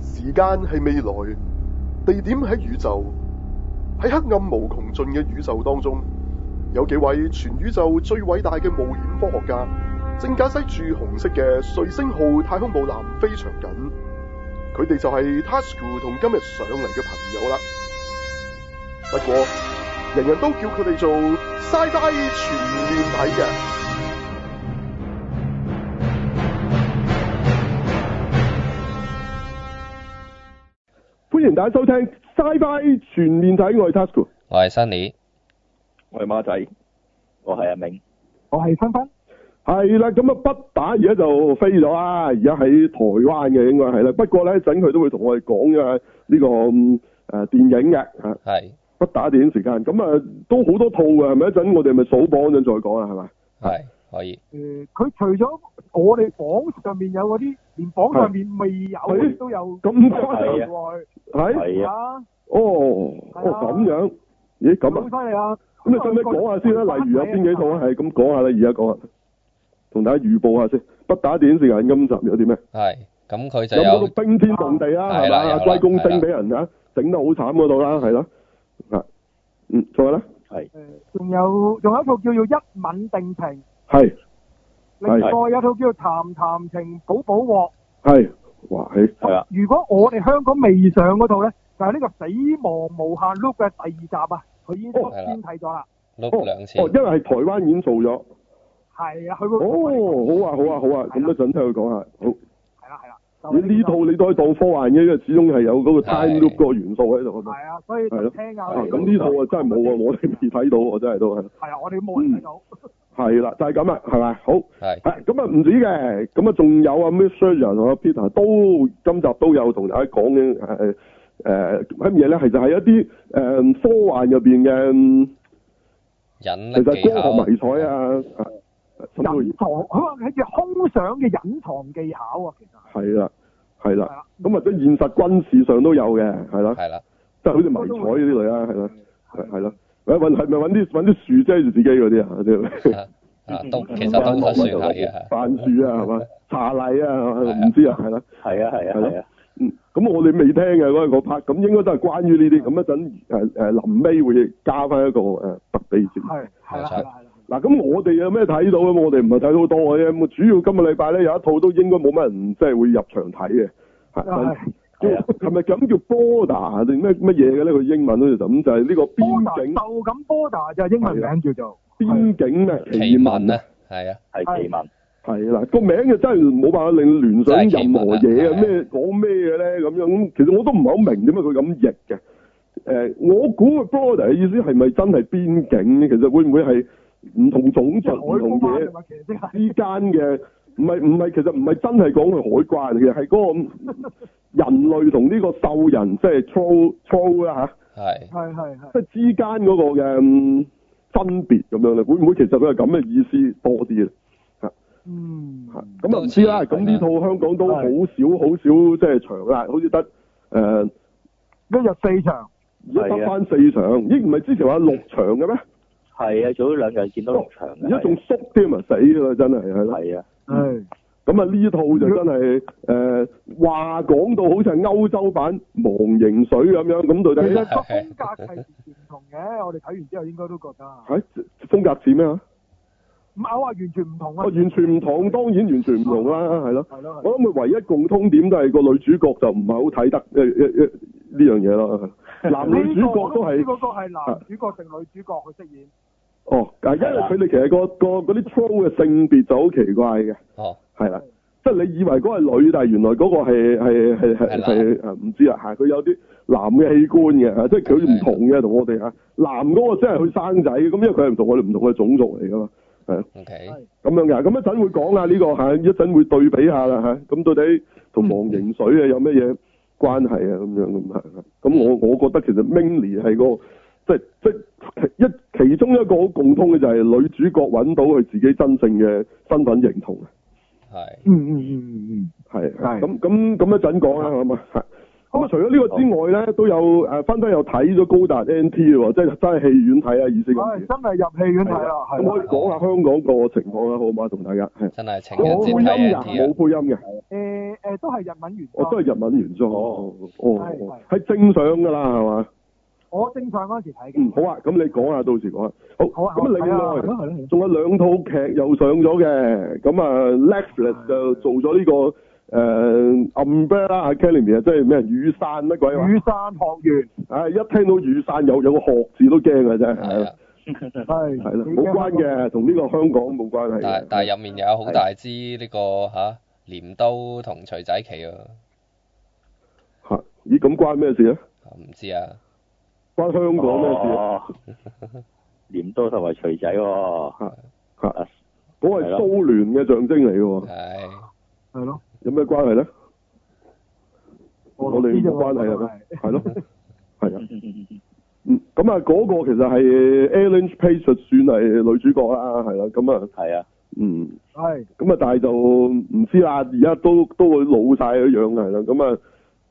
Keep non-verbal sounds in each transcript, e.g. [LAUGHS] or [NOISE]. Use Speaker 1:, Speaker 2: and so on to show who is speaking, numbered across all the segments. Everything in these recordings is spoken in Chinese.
Speaker 1: 時間係未來，地點喺宇宙，喺黑暗無窮盡嘅宇宙當中，有幾位全宇宙最偉大嘅冒險科學家，正駕駛住紅色嘅瑞星號太空母艦非常緊。佢哋就係 Tasuku 同今日上嚟嘅朋友啦。不過，人人都叫佢哋做 Sci-Fi 全面睇嘅。
Speaker 2: 歡迎大家收聽《Sci-Fi 全面睇》，我係 Tasco，
Speaker 3: 我係 Sunny，
Speaker 4: 我係馬仔，我係阿明，
Speaker 5: 我係芬芬，
Speaker 2: 係啦，咁啊北打而家就飛咗啦，而家喺台灣嘅應該係啦，不過咧一陣佢都會同我哋講嘅呢個誒、嗯呃、電影嘅嚇，
Speaker 3: 係
Speaker 2: 北打電影時間，咁啊都好多套嘅，係咪一陣我哋咪數榜嗰陣再講啊，係咪？
Speaker 3: 係可以，
Speaker 5: 誒，佢除咗我哋房上面有嗰啲，連房上面未有
Speaker 2: 係
Speaker 5: 嘅都有
Speaker 2: 咁多
Speaker 4: 係啊
Speaker 5: 喎，
Speaker 2: 係
Speaker 4: 係啊，
Speaker 5: 啊，
Speaker 2: 哦哦
Speaker 5: 係啊
Speaker 2: 咁樣，咦咁
Speaker 5: 好
Speaker 2: 啊，
Speaker 5: 犀利啊！
Speaker 2: 咁你使唔使講下先啦？例如有邊幾套啊？係咁講下啦，而家講下，同大家預報下先。北打電影時間今集有啲咩？
Speaker 3: 係咁佢就
Speaker 2: 有冇
Speaker 3: 有
Speaker 2: 到冰天動地啦？
Speaker 3: 啊
Speaker 2: 係
Speaker 3: 係
Speaker 2: 嘛
Speaker 3: 啦
Speaker 2: 阿
Speaker 3: 有啦
Speaker 2: 龜公星俾人啊整得好慘嗰度啦，係啦，啊，嗯，仲有咧，
Speaker 4: 係
Speaker 5: 誒，仲有仲有一套叫做《一吻定情》，
Speaker 2: 係
Speaker 5: 另外有一套叫做《談談情補補鑊
Speaker 2: 係，哇，係，》。
Speaker 4: 係啊，
Speaker 5: 如果我哋香港未上嗰套咧，就係呢個《死亡無限 loop》嘅第二集啊，佢已經
Speaker 2: 哦
Speaker 5: 先睇咗啦，
Speaker 3: 碌
Speaker 2: 哦
Speaker 3: 兩次
Speaker 2: 哦，，因為係台灣已經做咗，
Speaker 5: 係啊，佢會
Speaker 2: 哦，好啊，好啊，好啊，咁一陣聽佢講下，好，
Speaker 5: 係啦係啦，就
Speaker 2: 咦呢套你都可以當科幻嘅，因為始終係有嗰個 time
Speaker 3: 係
Speaker 2: loop 嗰個元素喺度啊嘛。
Speaker 5: 係啊，所以
Speaker 2: 係咯
Speaker 5: 就聽下
Speaker 2: 啊
Speaker 5: 我哋
Speaker 2: 咁呢套啊真係冇啊，我哋未睇到，我真係都係，
Speaker 5: 係啊，我哋冇人睇到。
Speaker 2: 係啦，就係咁啦，係咪？好。
Speaker 3: 係
Speaker 2: 係咁啊，唔止嘅，咁啊仲有啊 Miss Surgeon 同阿 Peter 都今集都有同大家講嘅誒誒乜嘢咧？係就係一啲誒、呃科幻入邊嘅，嗯
Speaker 3: 引
Speaker 2: 其實
Speaker 3: 力技巧，嗯
Speaker 2: 光學迷彩啊，啊甚至乎
Speaker 5: 隱藏， [LAUGHS] 佢話佢叫空想嘅隱藏技巧啊，其實
Speaker 2: 係啦係
Speaker 5: 係
Speaker 2: 啦，
Speaker 3: 啊
Speaker 5: 啦，
Speaker 2: 咁或者現實軍事上都有嘅，係啦，
Speaker 3: 係啦，
Speaker 2: 即係好似迷彩呢類啦，係啦
Speaker 3: 啊
Speaker 2: 係係啦，揾揾係咪揾啲揾啲樹遮住自己嗰啲啊？即係
Speaker 3: 啊都其實
Speaker 2: [LAUGHS]
Speaker 3: 都好算係嘅，係
Speaker 2: 扮樹啊，係
Speaker 3: [LAUGHS]
Speaker 2: 嘛？茶禮啊，唔知啊，係啦。
Speaker 4: 係啊，係啊，係啊，
Speaker 2: 嗯，咁我哋未聽嘅嗰嗰 part，咁應該都係關於呢啲。咁一陣誒誒臨尾會加翻一個誒、呃特備節目。
Speaker 5: 係係啦係啦係啦，
Speaker 2: 嗱，咁我哋有咩睇到咁？我哋唔係睇到好多嘅啫。咁主要今個禮拜咧有一套都應該冇乜人即係會入場睇嘅。係
Speaker 5: 係
Speaker 2: 叫
Speaker 4: 係啊
Speaker 2: 係咪咁叫 border 啊定咩乜嘢嘅咧？佢英文好似就咁就係呢個
Speaker 5: border
Speaker 2: 邊境
Speaker 5: 就咁 border 就係英文名
Speaker 2: 啊
Speaker 5: 叫做
Speaker 2: 邊境咩
Speaker 3: 奇
Speaker 2: 奇
Speaker 3: 聞
Speaker 2: 聞啊！
Speaker 3: 啊，係啊，
Speaker 4: 係奇聞，
Speaker 2: 係啦，個名就真係冇辦法令你聯想
Speaker 3: 真係奇
Speaker 2: 任
Speaker 3: 聞啊
Speaker 2: 何嘢啊！
Speaker 3: 係
Speaker 2: 咩講咩嘅咧咁樣咁，其實我都唔係好明點解佢咁譯嘅。誒、我估嘅 border 嘅意思係咪真係邊境咧？其實會唔會係唔同種
Speaker 5: 即
Speaker 2: 族、
Speaker 5: 係
Speaker 2: 唔同
Speaker 5: 海
Speaker 2: 嘢
Speaker 5: 關啊嘛，其實即係
Speaker 2: 之間嘅？唔係唔係，其實唔係真係講佢海關，其實係嗰個人類同呢個獸人，即係 troll troll 啦
Speaker 3: 係
Speaker 5: 係係係
Speaker 2: 嚇，即係之間嗰個嘅、嗯分別咁樣咧，會唔會其實佢係咁嘅意思多啲咧？
Speaker 5: 嗯
Speaker 2: 咁啊唔知啦，咁呢套香港都好少好少即係場啦，好似得誒
Speaker 5: 一日四場
Speaker 2: 而家得翻四場，咦唔係之前話六場嘅咩？
Speaker 4: 係啊，早兩日見到六場嘅，
Speaker 2: 而家仲縮添啊，死啦真係係啦。
Speaker 4: 係啊，
Speaker 5: 係
Speaker 2: 咁啊呢套就真係誒話講到好似係歐洲版忘形水咁樣，咁到
Speaker 5: 其
Speaker 2: 底
Speaker 5: 實個風格係唔同嘅，我哋睇完之後應該都覺得
Speaker 2: 係風格似咩啊？
Speaker 5: 唔係我話完全唔同啊
Speaker 2: 哦，，完全唔同，當然完全唔同啦，係咯。
Speaker 5: 係咯係
Speaker 2: 我諗佢唯一共通點都係個女主角就唔係好睇得一一一呢樣嘢咯。男女主角都係
Speaker 5: 呢。個嗰個係男主角定女主角佢飾演
Speaker 2: 哦，啊，因為佢哋其實個個嗰啲 troll 嘅性別就好奇怪嘅，
Speaker 3: 哦
Speaker 2: 係啦，即係你以為嗰個係女，但係原來嗰個係係係係
Speaker 3: 係男
Speaker 2: 係啊唔知啦嚇，佢有啲男嘅器官嘅啊嚇，即係佢唔同嘅同我哋嚇，啊男嗰個真係佢生仔，咁因為佢係唔同我哋唔同嘅種族嚟噶嘛，
Speaker 3: ，OK，
Speaker 2: 咁樣嘅，咁一陣會講下呢個嚇，一陣會對比下啦嚇，咁到底同忘形水啊有乜嘢關係啊咁樣咁嚇，咁
Speaker 5: 嗯
Speaker 2: 我我覺得其實 Mainly 係個。即即一其中一個好共通嘅就係女主角揾到佢自己真正嘅身份認同啊，
Speaker 3: 係
Speaker 5: 嗯嗯嗯嗯嗯
Speaker 2: 係啊
Speaker 5: 係
Speaker 2: 咁咁咁一陣講啦，好嘛？係咁啊，除咗呢個之外咧，都有誒翻低又睇咗高達 NT 喎，即係真係戲院睇啊，意思咁。
Speaker 5: 唉，真係入戲院睇啦，係
Speaker 2: 啊咁可以
Speaker 5: 啦。
Speaker 2: 講下香港個情況啦，好嘛？同大家係
Speaker 3: 真係情人
Speaker 2: 冇配
Speaker 3: 節
Speaker 2: 音
Speaker 3: 睇啊
Speaker 2: 㗎，
Speaker 3: NT
Speaker 2: 冇
Speaker 3: 啊，
Speaker 2: 配音嘅，
Speaker 5: 誒誒，都係日文原
Speaker 2: 我
Speaker 5: 裝
Speaker 2: 都係日文原裝。
Speaker 4: 哦
Speaker 2: 哦，哦係正常㗎啦，係嘛？
Speaker 5: 我正常嗰陣時睇
Speaker 2: 嗯，
Speaker 5: 嘅。
Speaker 2: 好啊，咁你講下，到時講下。好，
Speaker 5: 好啊，
Speaker 2: 咁
Speaker 5: 係
Speaker 2: 啊，
Speaker 5: 啊，係
Speaker 2: 另
Speaker 5: 咯
Speaker 2: 外
Speaker 5: 係咯。
Speaker 2: 仲有兩套劇又上咗嘅，咁啊 Netflix 就做咗呢、個誒、Umbrella Academy 啊，即係咩雨傘乜鬼話？
Speaker 3: 嗯
Speaker 5: 雨傘學員
Speaker 2: 唉，一聽到雨傘有有個學字都驚啊，真
Speaker 3: 係
Speaker 2: 係
Speaker 3: 啊。，
Speaker 5: 係
Speaker 2: 嗯係啦，冇關。嘅，同呢個香港冇關係
Speaker 3: 但
Speaker 2: 嘅。
Speaker 3: 但係入面又有好大支呢個吓鐮刀同錘仔旗喎，
Speaker 2: 嚇咦咁關咩事咧？
Speaker 3: 唔知啊，
Speaker 2: 關香港咩事啊？
Speaker 4: 哦，镰刀同埋錘仔喎，
Speaker 2: 嚇嗰係蘇聯嘅象徵嚟嘅喎，
Speaker 3: 係
Speaker 5: 係咯，
Speaker 2: 有咩關 [LAUGHS] 係咧？我
Speaker 5: 羅斯
Speaker 2: 哋
Speaker 5: 啫
Speaker 2: 冇關
Speaker 5: 喎
Speaker 2: 係
Speaker 5: 係
Speaker 2: 啦，係咯，係啊。嗯，咁啊，嗰個其實係 Ellen Page 就算係女主角啦，係啦，咁啊，
Speaker 4: [LAUGHS] 係啊，
Speaker 2: 嗯，
Speaker 5: 係
Speaker 2: 咁啊，但係就唔知啦，而家都都會老晒嗰樣係啦，咁啊，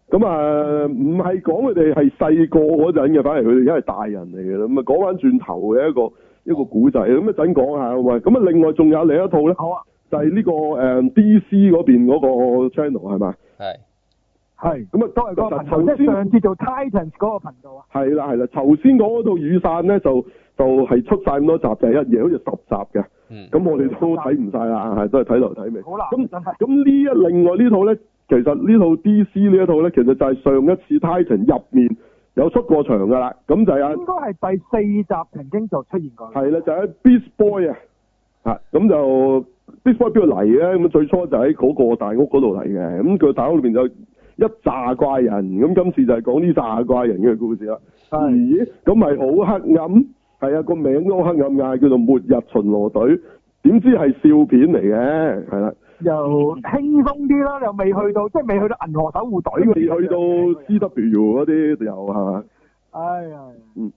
Speaker 2: 咁啊，唔係講佢哋係細個嗰陣嘅，反而佢哋而家係大人嚟嘅啦，咁啊，講翻轉頭嘅一個一個古仔，咁一陣講下好嘛，咁啊，另外仲有另一套咧，
Speaker 5: 好啊，
Speaker 2: 就係呢、個誒、DC 嗰邊嗰個 channel 係嘛，
Speaker 3: 係
Speaker 5: 係
Speaker 2: 咁啊，
Speaker 5: 都係嗰個頻道，
Speaker 2: 頭
Speaker 5: 即
Speaker 2: 先
Speaker 5: 係上次做 Titans 嗰個頻道啊。
Speaker 2: 係啦係啦，頭先講嗰套雨傘咧就就係、出晒咁多集，就係一嘢好似十集嘅，
Speaker 3: 嗯
Speaker 2: 咁我哋都睇唔晒啦，啊係都係睇頭睇尾。
Speaker 5: 好難
Speaker 2: 咁啊
Speaker 5: 真係
Speaker 2: 咁呢一另外呢套咧，其實呢套 DC 呢一套咧，其實就係上一次 Titan 入面有出過場㗎啦，咁就係啊
Speaker 5: 應該係第四集曾經就出現過。
Speaker 2: 係啦，就係、Beast Boy 啊，嚇咁就 Beast Boy 邊度嚟嘅？咁最初就喺嗰個大屋嗰度嚟嘅，咁佢大屋裏邊就一紮怪人，咁今次就係講呢紮怪人嘅故事啦。
Speaker 5: 係
Speaker 2: 咦，咁咪好黑暗？係啊，個名都好黑暗㗎，叫做《末日巡邏隊》。點知係笑片嚟嘅，係啦，
Speaker 5: 又輕鬆啲啦，又未去到，即係未去到銀河守護隊嗰
Speaker 2: 未
Speaker 5: 啲咁樣
Speaker 2: 去到 CW 嗰啲又係嘛，
Speaker 5: 唉係
Speaker 2: 嗯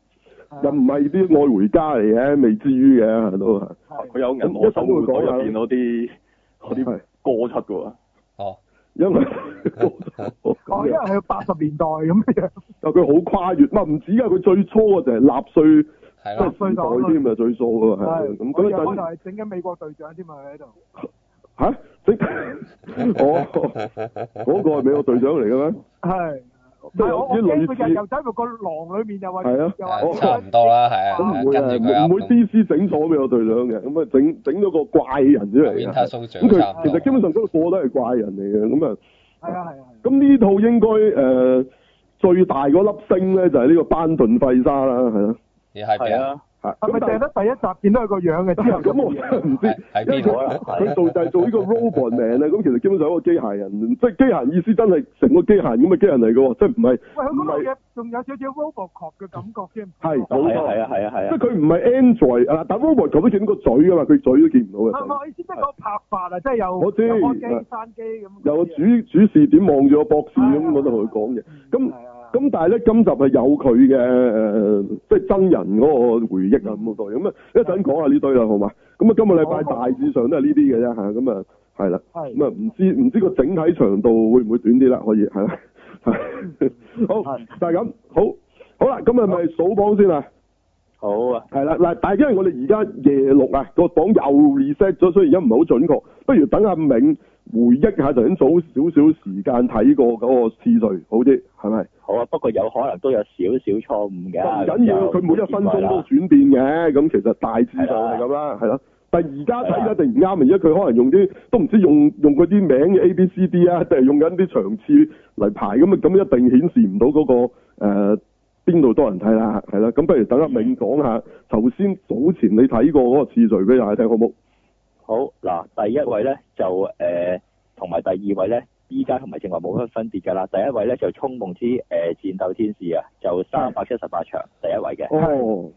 Speaker 5: 係啊
Speaker 2: 又唔係啲愛回家嚟嘅，未至於嘅都係。
Speaker 5: 係
Speaker 6: 佢有銀河守護隊入邊嗰啲嗰
Speaker 2: 係
Speaker 6: 啲歌出嘅喎，
Speaker 3: 哦
Speaker 2: 因為
Speaker 5: 哦，因為佢八十年代咁樣，
Speaker 2: 但啊佢好跨越，嘛唔止啊！佢最初嗰就係納粹即係
Speaker 3: 係咯，
Speaker 2: 時代添啊，最初嗰個係啊
Speaker 5: 係
Speaker 2: 咁
Speaker 5: 佢有
Speaker 2: 咁
Speaker 5: 可能
Speaker 2: 啊
Speaker 5: 係整緊美國隊長添啊！佢喺度，
Speaker 2: 但嚇即 [LAUGHS] 哦嗰個係美國隊長嚟嘅咩？
Speaker 5: 係
Speaker 2: 即係
Speaker 5: 唔係我我
Speaker 2: 有啲
Speaker 5: 驚
Speaker 2: 類
Speaker 5: 佢
Speaker 2: 似
Speaker 5: 又走入個廊裏面又話，
Speaker 2: 係啊
Speaker 5: 又話
Speaker 2: 哦
Speaker 3: 誒差唔多啦，係啊，
Speaker 2: 咁唔會
Speaker 3: 跟住佢
Speaker 2: 啊，唔
Speaker 3: 噏
Speaker 2: 會 DC 整錯美國隊長嘅，咁啊整整咗個怪人出嚟嘅。係
Speaker 3: Winter Soldier
Speaker 2: 咁
Speaker 3: 差
Speaker 2: 佢
Speaker 3: 唔多
Speaker 2: 其實基本上嗰個都係怪人嚟嘅，咁啊
Speaker 5: 係啊係啊，係啊
Speaker 2: 咁呢套應該誒、呃最大嗰粒星咧就係呢個班頓費沙啦，係咯，
Speaker 3: 而係
Speaker 4: 係
Speaker 3: 邊啊？
Speaker 4: 啊，
Speaker 2: 嚇
Speaker 5: 係咪淨係得第一集見到佢個樣嘅之後
Speaker 2: [LAUGHS]
Speaker 5: 就
Speaker 2: 咁我唔知
Speaker 3: 喺，喺
Speaker 2: 因為
Speaker 3: 邊啊度
Speaker 2: 佢佢做就係做呢個 robot man 咧，咁其實基本上係一個機械人，即係機械人意思真係成個機械人咁嘅機械人嚟嘅喎，即係唔係
Speaker 5: 喂佢
Speaker 2: 唔
Speaker 5: 嗰度
Speaker 2: 係
Speaker 5: 嘅仲有少少 Robocop 嘅感覺添，哦
Speaker 2: 係
Speaker 5: 唔
Speaker 2: 冇
Speaker 4: 係
Speaker 2: 錯，
Speaker 4: 啊，
Speaker 2: 即
Speaker 4: 係啊，係
Speaker 2: 係
Speaker 4: 啊，
Speaker 2: 佢唔係 Android 啊，但 robot 佢都見到個嘴㗎
Speaker 5: [LAUGHS]
Speaker 2: 嘛，佢嘴都見唔到
Speaker 5: 係
Speaker 2: 嘅。
Speaker 5: 我意思即係嗰個拍法啊，即係有
Speaker 2: 我知
Speaker 5: 有開
Speaker 2: 係
Speaker 5: 機山機咁嗰啲啊，
Speaker 2: 有個主主視點望住個博士咁，我同佢講嘢。咁
Speaker 5: 係啊
Speaker 2: 咁但係咧，今集係有佢嘅誒，即係真人嗰個回憶啊咁好多嘢。咁啊，一陣講下呢堆啦，好嘛？咁啊，今個禮拜大致上都係呢啲嘅啫嚇。咁啊，係啦。
Speaker 5: 係
Speaker 2: 咁啊，唔知唔知個整體長度會唔會短啲啦？可以係啦。係好
Speaker 5: 係，
Speaker 2: 就係咁。好，好啦，咁啊，咪數榜先啊。
Speaker 4: 好啊，
Speaker 2: 係啦，嗱，但係因為我哋而家夜六啊，個榜又 reset 咗，所以而家唔係好準確。不如等阿銘回憶下，就先早少少時間睇過嗰個次序好啲，係咪？
Speaker 4: 好啊，不過有可能都有少少錯誤嘅，
Speaker 2: 唔緊要，佢每一分鐘都
Speaker 4: 啦，
Speaker 2: 轉變嘅，咁其實大致上係咁啦，係啦。但係而家睇一定唔啱，而家佢可能用啲都唔知用用嗰啲名嘅 A、B、C、D 啊，定係用緊啲場次嚟排咁啊，咁一定顯示唔到嗰個誒邊度多人睇啦，係啦。咁不如等阿銘講下頭先早前你睇過嗰個次序俾大家聽，好冇？
Speaker 4: 好嗱，第一位咧就誒，同埋第二位咧，依家同埋正話冇乜分別㗎啦，第一位咧就《衝夢之誒戰鬥天使》啊，就三百七十八場第一位嘅，
Speaker 2: 哦，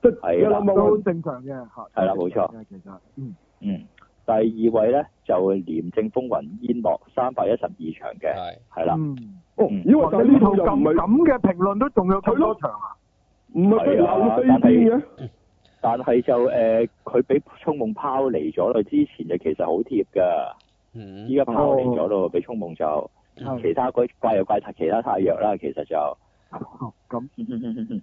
Speaker 2: 即係
Speaker 4: 係
Speaker 2: 你
Speaker 4: 啦
Speaker 2: 諗
Speaker 5: 都
Speaker 2: 下
Speaker 5: 正常嘅嚇，
Speaker 4: 係啦冇錯，
Speaker 5: 其實嗯
Speaker 4: 嗯，第二位咧就廉政風雲煙幕三百一十二場嘅，
Speaker 3: 係
Speaker 4: 係啦，
Speaker 5: 嗯
Speaker 2: 哦，
Speaker 4: 嗯
Speaker 2: 因為
Speaker 5: 哇
Speaker 2: 但係
Speaker 5: 呢
Speaker 2: 呢
Speaker 5: 套
Speaker 2: 套又唔
Speaker 5: 咁
Speaker 2: 係
Speaker 5: 咁嘅評論都仲有咁多場啊！
Speaker 2: 唔係即係
Speaker 4: 係啊
Speaker 2: 有飛邊嘅，
Speaker 4: 但係就誒，佢俾衝夢拋離咗咯，之前就其實好貼㗎，
Speaker 3: 嗯
Speaker 4: 依家拋離咗咯，俾衝夢就
Speaker 5: 係
Speaker 4: 其他鬼怪又怪其他太弱啦，其實就。
Speaker 5: 哦咁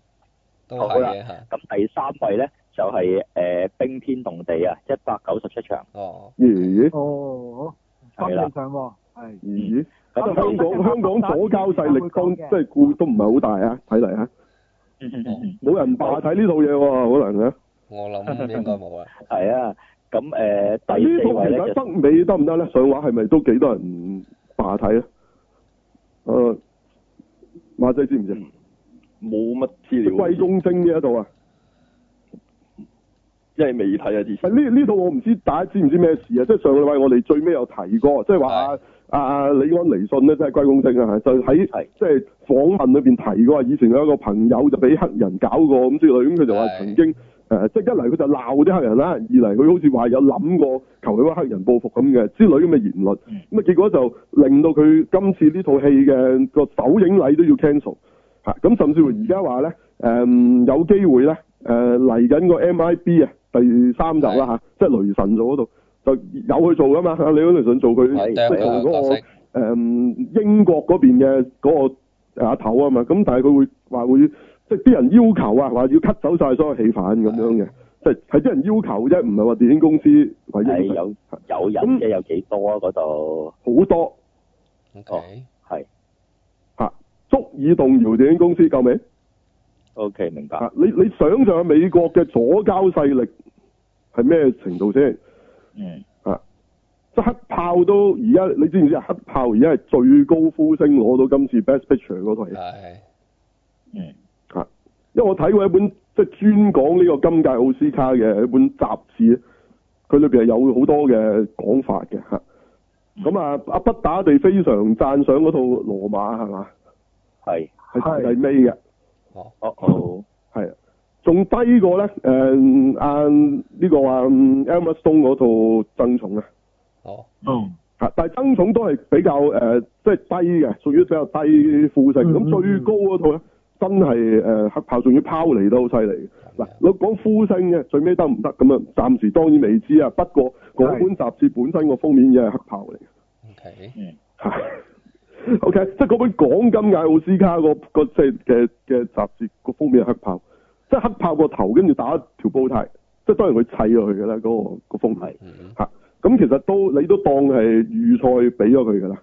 Speaker 3: 都
Speaker 4: 好
Speaker 3: 係
Speaker 4: 啦
Speaker 3: 嘅嚇。
Speaker 4: 咁第三位咧就係、呃冰天動地啊，一百九十七場。
Speaker 3: 哦，
Speaker 2: 咦咦
Speaker 5: 哦，咁
Speaker 4: 係啦
Speaker 5: 理想喎，係
Speaker 2: 咦！
Speaker 4: 咁
Speaker 5: 咁
Speaker 4: 啊
Speaker 2: 香港香港左交勢力當即係顧都唔係好大啊，睇嚟啊，冇人霸睇呢套嘢喎，可能啊。
Speaker 3: 我諗應
Speaker 2: [LAUGHS]
Speaker 3: 該冇啦。
Speaker 4: [LAUGHS] 係啊，咁誒、呃
Speaker 2: 但
Speaker 4: 第
Speaker 2: 呢
Speaker 4: 四
Speaker 2: 套
Speaker 4: 位
Speaker 2: 其
Speaker 4: 咧
Speaker 2: 實
Speaker 4: 就
Speaker 2: 北美得唔得咧？上畫係咪都幾多人霸睇咧？誒，馬仔知唔知？
Speaker 6: 冇乜資
Speaker 2: 即
Speaker 6: 料。
Speaker 2: 貴中精呢一套啊！
Speaker 6: 因為未睇啊，之前
Speaker 2: 呢呢套我唔知大家知唔知咩事啊？即係上個禮拜我哋最尾有提過，即係話啊
Speaker 3: 係
Speaker 2: 啊李安尼信咧，即係歸公正啊，就喺
Speaker 4: 係
Speaker 2: 即係訪問裏邊提過話，以前有一個朋友就俾黑人搞過咁之類，咁佢就話
Speaker 3: 係
Speaker 2: 曾經誒、呃即係一嚟佢就鬧啲黑人啦，二嚟佢好似話有諗過求佢黑人報復咁嘅之類咁嘅言論，咁啊、結果就令到佢今次呢套戲嘅個首映禮都要 cancel。嚇，啊咁甚至乎而家話咧，誒、有機會咧，誒呃嚟緊個 MIB 啊，第三集啦
Speaker 3: 係
Speaker 2: 嚇，即係雷神做嗰度就有佢做噶嘛，啊李安雷神做佢
Speaker 4: 係
Speaker 2: 即
Speaker 3: 掟
Speaker 2: 係
Speaker 3: 嗰
Speaker 2: 做
Speaker 3: 個
Speaker 2: 嗰
Speaker 3: 角
Speaker 2: 個
Speaker 3: 色
Speaker 2: 誒英國嗰邊嘅嗰個阿頭啊嘛，咁但係佢會話會即係啲人要求啊，話要 cut 走晒所有戲犯咁樣嘅，即係係啲人要求啫，唔係話電影公司話要
Speaker 4: 係
Speaker 2: 求
Speaker 4: 有有人
Speaker 2: 咁
Speaker 4: 嘅有幾多啊？嗰度
Speaker 2: 好多
Speaker 3: OK，
Speaker 4: 係
Speaker 2: 嚇，足以動搖電影公司夠未？
Speaker 4: OK 明白。
Speaker 2: 啊！你你想象下美國嘅左交勢力係咩程度先？
Speaker 4: 嗯，
Speaker 2: 啊！即係黑豹都而家你知唔知啊？黑豹而家係最高呼聲攞到今次 Best Picture 嗰套戲，啊
Speaker 3: 係
Speaker 4: 嗯，
Speaker 2: 因為我睇過一本即係專講呢個今屆奧斯卡嘅一本雜誌，佢裏邊係有好多嘅講法嘅嚇。咁啊，阿不打地非常讚賞嗰套羅馬係嘛，
Speaker 4: 係。
Speaker 2: 係
Speaker 5: 係
Speaker 2: 係尾嘅。
Speaker 4: 哦哦，
Speaker 2: 係啊，仲低過咧誒啊呢個啊嗯 Emma Stone 嗰套爭寵啊，
Speaker 3: 哦，
Speaker 5: 嗯
Speaker 2: 嚇！但係爭寵都係比較誒、呃即係低嘅，屬於比較低富盛。咁、
Speaker 5: 嗯嗯
Speaker 2: 最高嗰套咧，真係誒、呃黑豹仲要拋離得好犀利嘅。嗱
Speaker 3: 咁，
Speaker 2: 你講呼聲嘅最尾得唔得咁啊？暫時當然未知啊。不過嗰本雜誌本身個封面嘢係黑豹嚟嘅。
Speaker 3: 樣
Speaker 2: [LAUGHS]
Speaker 3: OK，
Speaker 2: 係 OK，即係嗰本講今屆奧斯卡個個即係嘅嘅雜誌個封面係黑豹，即係黑豹個頭跟住打條煲呔，即係當然佢砌咗佢嘅啦，嗰、個個封面
Speaker 3: 嗯，
Speaker 2: 嚇。咁其實都你都當係預賽俾咗佢㗎啦。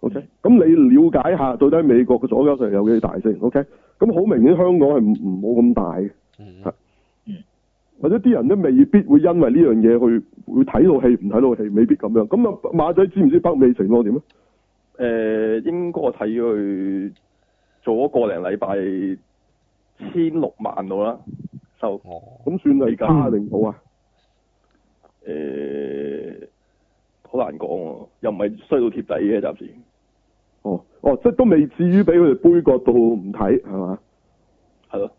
Speaker 2: OK，咁你了解下到底美國嘅左交勢有幾大先？OK，咁好明顯香港係唔冇咁大嘅，
Speaker 3: 嗯
Speaker 2: 係或者啲人咧未必會因為呢樣嘢去會睇到戲唔睇到戲，未必咁樣。咁啊馬仔知唔知北美情況點啊咧？
Speaker 6: 誒應該我呃睇佢做咗個零禮拜千六萬到啦，收
Speaker 3: 哦，
Speaker 2: 咁算係差定好啊？
Speaker 6: 誒呃好難講喎，又唔係衰到貼底嘅暫時。
Speaker 2: 哦，哦，即係都未至於俾佢哋杯葛到唔睇，係嘛？
Speaker 6: 係咯，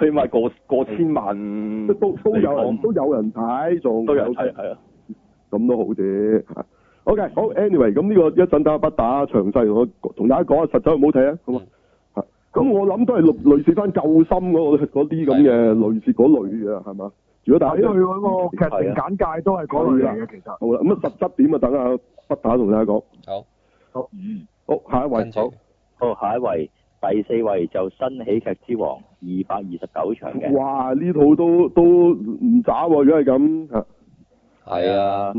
Speaker 6: 起碼過過千萬
Speaker 3: 嗯
Speaker 2: 即係嗯都都有人都有人睇，仲
Speaker 6: 都有人睇，係啊，
Speaker 2: 咁都好啲嚇。OK，好，anyway，咁呢個一陣打不打詳細，我同大家講下實際好唔好睇啊？好嘛
Speaker 3: 嗯？
Speaker 2: 嚇咁我諗都係類類似翻救心嗰個嗰啲咁
Speaker 3: 啊
Speaker 2: 嘅類似嗰類嘅係嘛？如果大
Speaker 5: 睇
Speaker 2: 家
Speaker 5: 佢啊嗰個劇情簡介都係嗰類嚟嘅，其實
Speaker 2: 好啦，咁啊實質點啊，等阿不打同大家講。
Speaker 3: 好，
Speaker 4: 嗯，
Speaker 2: 好，下一位
Speaker 3: 跟，
Speaker 2: 好
Speaker 3: 住，
Speaker 4: 好，下一位第四位就新喜劇之王，二百二十九場嘅。
Speaker 2: 哇！呢套都都唔渣喎，如果係咁嚇。
Speaker 3: 係啊，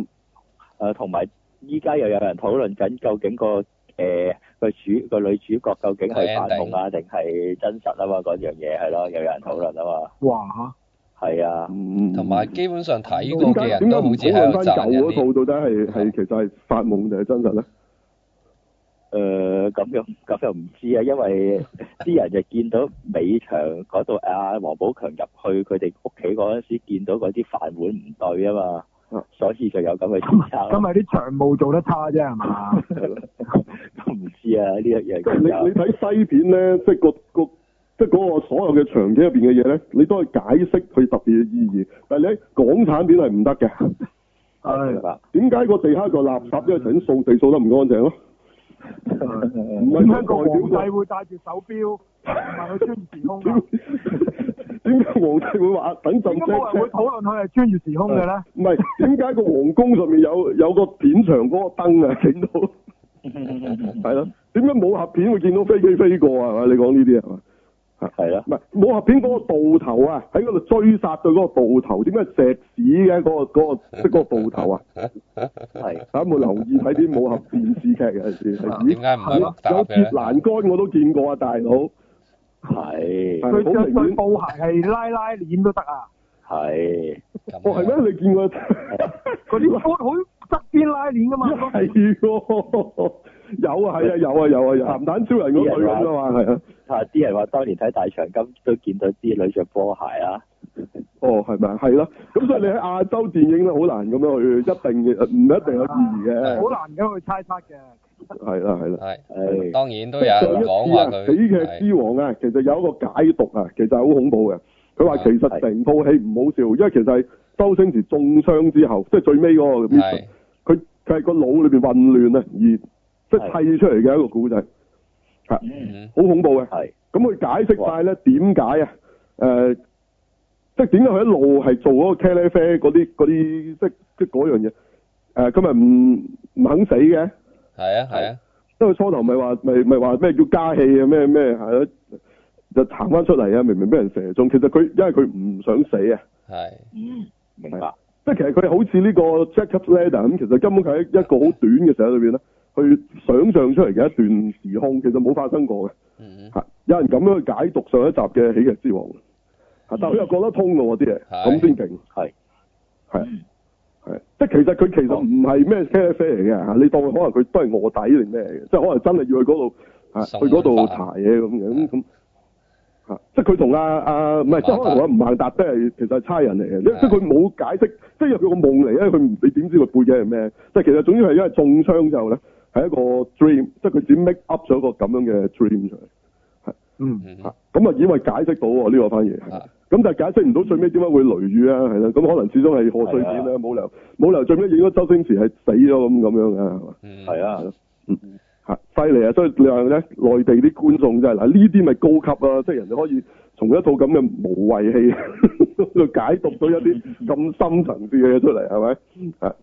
Speaker 4: 誒同埋依家又有人討論緊，究竟個誒個主個女主角究竟係
Speaker 3: 個
Speaker 4: 扮
Speaker 3: ending
Speaker 4: 夢啊，定係真實啊嘛？嗰樣嘢係咯，又有人討論啊嘛，
Speaker 5: 哇
Speaker 4: 係啊，
Speaker 2: 嗯
Speaker 3: 同埋基本上睇過
Speaker 2: 點
Speaker 3: 嘅
Speaker 2: 解
Speaker 3: 人
Speaker 2: 點解
Speaker 3: 都好
Speaker 2: 啊唔
Speaker 3: 似
Speaker 2: 討
Speaker 3: 喺
Speaker 2: 論
Speaker 3: 度
Speaker 2: 翻
Speaker 3: 讚
Speaker 2: 舊
Speaker 3: 人啲，
Speaker 2: 嗰套到底係啊係其實係發夢定係真實咧？
Speaker 4: 誒咁又咁又唔知啊，因為啲人就見到尾場嗰度啊，黃寶強入去佢哋屋企嗰陣時，見到嗰啲飯碗唔對啊嘛
Speaker 2: 啊，
Speaker 4: 所以就有咁嘅
Speaker 5: 嚇！咁
Speaker 4: 偏差
Speaker 5: 咁咪啲長務做得差啫係嘛？
Speaker 4: 都唔知啊呢一樣
Speaker 2: 即係你
Speaker 4: 嘢
Speaker 2: 你睇西片咧，即係個個即係嗰個所有嘅場景入邊嘅嘢咧，你都係解釋佢特別嘅意義。但係你喺港產片係唔得嘅。 [LAUGHS]
Speaker 4: 明
Speaker 5: 係
Speaker 4: 白
Speaker 2: 點解個地下個垃圾，因為頭先掃地掃得唔乾淨咯？啊
Speaker 5: [LAUGHS]
Speaker 2: 唔係
Speaker 5: 點解個
Speaker 2: 講代
Speaker 5: 皇帝
Speaker 2: 表
Speaker 5: 會戴住手錶同埋佢穿越時空啊？
Speaker 2: [LAUGHS] 點解皇帝會話等陣
Speaker 5: 點解冇人
Speaker 2: check？
Speaker 5: 會討論佢係穿越時空嘅咧？
Speaker 2: 唔係 [LAUGHS] 點解個皇宮上面有有個片場嗰個燈啊？整到係咯。點解武俠片會見到飛機飛過啊？係咪你講呢啲係嘛？
Speaker 4: 係啦
Speaker 2: 唔，係武俠片嗰個導頭啊，喺嗰度追殺對嗰個導頭，點解係石屎嘅嗰、個嗰、個即係嗰個導頭啊？
Speaker 4: 係
Speaker 2: 大家有冇留意睇啲武俠電視劇嘅有陣
Speaker 3: [LAUGHS]
Speaker 2: 時係？咦
Speaker 3: 啊點解唔肯
Speaker 2: 有
Speaker 3: 答
Speaker 2: 有
Speaker 3: 嘅
Speaker 2: 鐵
Speaker 3: 咧？
Speaker 2: 欄杆我都見過啊，大佬。
Speaker 4: 係
Speaker 5: 佢着
Speaker 2: 好明
Speaker 5: 對
Speaker 2: 顯
Speaker 5: 布鞋係拉拉鏈都得啊！
Speaker 4: 係
Speaker 3: 咁
Speaker 2: 哦，係咩？你見
Speaker 3: [LAUGHS]
Speaker 2: 過？
Speaker 5: 嗰啲 short 好側邊拉鏈噶嘛，
Speaker 2: [LAUGHS] 係喎，有啊，係啊，有啊，有啊，有鹹蛋超人嗰隊咁啊嘛，係啊。
Speaker 4: 啊！啲人話當年睇大長今都見到啲女着波鞋啊，
Speaker 2: 哦，係咪？係啦，咁所以你喺亞洲電影咧，好難咁樣去一定唔一定有意義嘅，
Speaker 5: 好難咁去猜測嘅。
Speaker 2: 係啦，係啦。
Speaker 3: 係
Speaker 4: 係
Speaker 3: 當然都
Speaker 2: 上一
Speaker 3: 有人
Speaker 2: 次
Speaker 3: 講話
Speaker 2: 啊，
Speaker 3: 佢
Speaker 2: 喜劇
Speaker 3: 係
Speaker 2: 之王啊，其實有一個解讀啊，其實好恐怖嘅。佢話其實成套戲唔好笑，因為其實係周星馳中傷之後，即係最尾嗰個 mission，
Speaker 3: 係
Speaker 2: 佢佢係個腦裏邊混亂啊，而即係砌出嚟嘅一個古仔，係
Speaker 3: 嗯
Speaker 2: 好恐怖嘅。
Speaker 4: 係
Speaker 2: 咁佢解釋晒咧點解啊？誒、即係點解佢一路係做嗰個 c a l i f e 嗰啲嗰啲即即嗰樣嘢？誒、今日唔唔肯死嘅，
Speaker 3: 係啊係啊
Speaker 2: 因為初頭咪話咪咪話咩叫加氣啊咩咩係咯，就行翻出嚟啊！明明俾人射中，其實佢因為佢唔想死啊，
Speaker 3: 係
Speaker 4: 明白
Speaker 2: 即係其實佢好似呢個 Jacob Ladder 咁，其實根本佢喺一個好短嘅時間裏邊咧，去想像出嚟嘅一段時空，其實冇發生過嘅。
Speaker 3: 嗯
Speaker 2: 嚇啊有人咁樣去解讀上一集嘅《喜劇之王》，啊嚇但佢又講得通嘅喎啲嘢，
Speaker 3: 嗯係
Speaker 2: 咁先勁，
Speaker 4: 係
Speaker 2: 係係，即係其實佢其
Speaker 3: 哦
Speaker 2: 實唔係咩 c a f 嚟嘅嚇，你當佢可能佢都係卧底定咩嘅，即係可能真係要去嗰度嚇
Speaker 3: 送
Speaker 2: 去嗰度
Speaker 3: 飯
Speaker 2: 查嘢咁嘅，咁咁嚇，即係佢同阿阿唔係，即係可能同阿吳孟達都係其實係差人嚟嘅，因為
Speaker 3: 哦啊係
Speaker 2: 即係佢冇解釋，即係佢個夢嚟咧，佢唔你點知佢背景係咩？即係其實總之係因為中槍之後咧，係一個 dream，即係佢只 make up 咗一個咁樣嘅 dream 出嚟。
Speaker 3: 嗯
Speaker 2: 啊咁啊，以為解釋到喎呢個反而
Speaker 3: 啊，
Speaker 2: 咁但係解釋唔到最尾點解會雷雨啊，係啦，咁可能始終係賀歲片
Speaker 3: 啊
Speaker 2: 啦，冇理由冇理由最尾影咗周星馳係死咗咁咁樣嘅係嘛，
Speaker 3: 嗯
Speaker 4: 係啊，
Speaker 2: 嚇犀利啊！所以你話咧，內地啲觀眾真係嗱呢啲咪高級啊，即係人哋可以從一套咁嘅無謂戲 [LAUGHS] 度解讀到一
Speaker 3: [LAUGHS]
Speaker 2: 啲咁深層次嘅嘢出嚟，係咪？嚇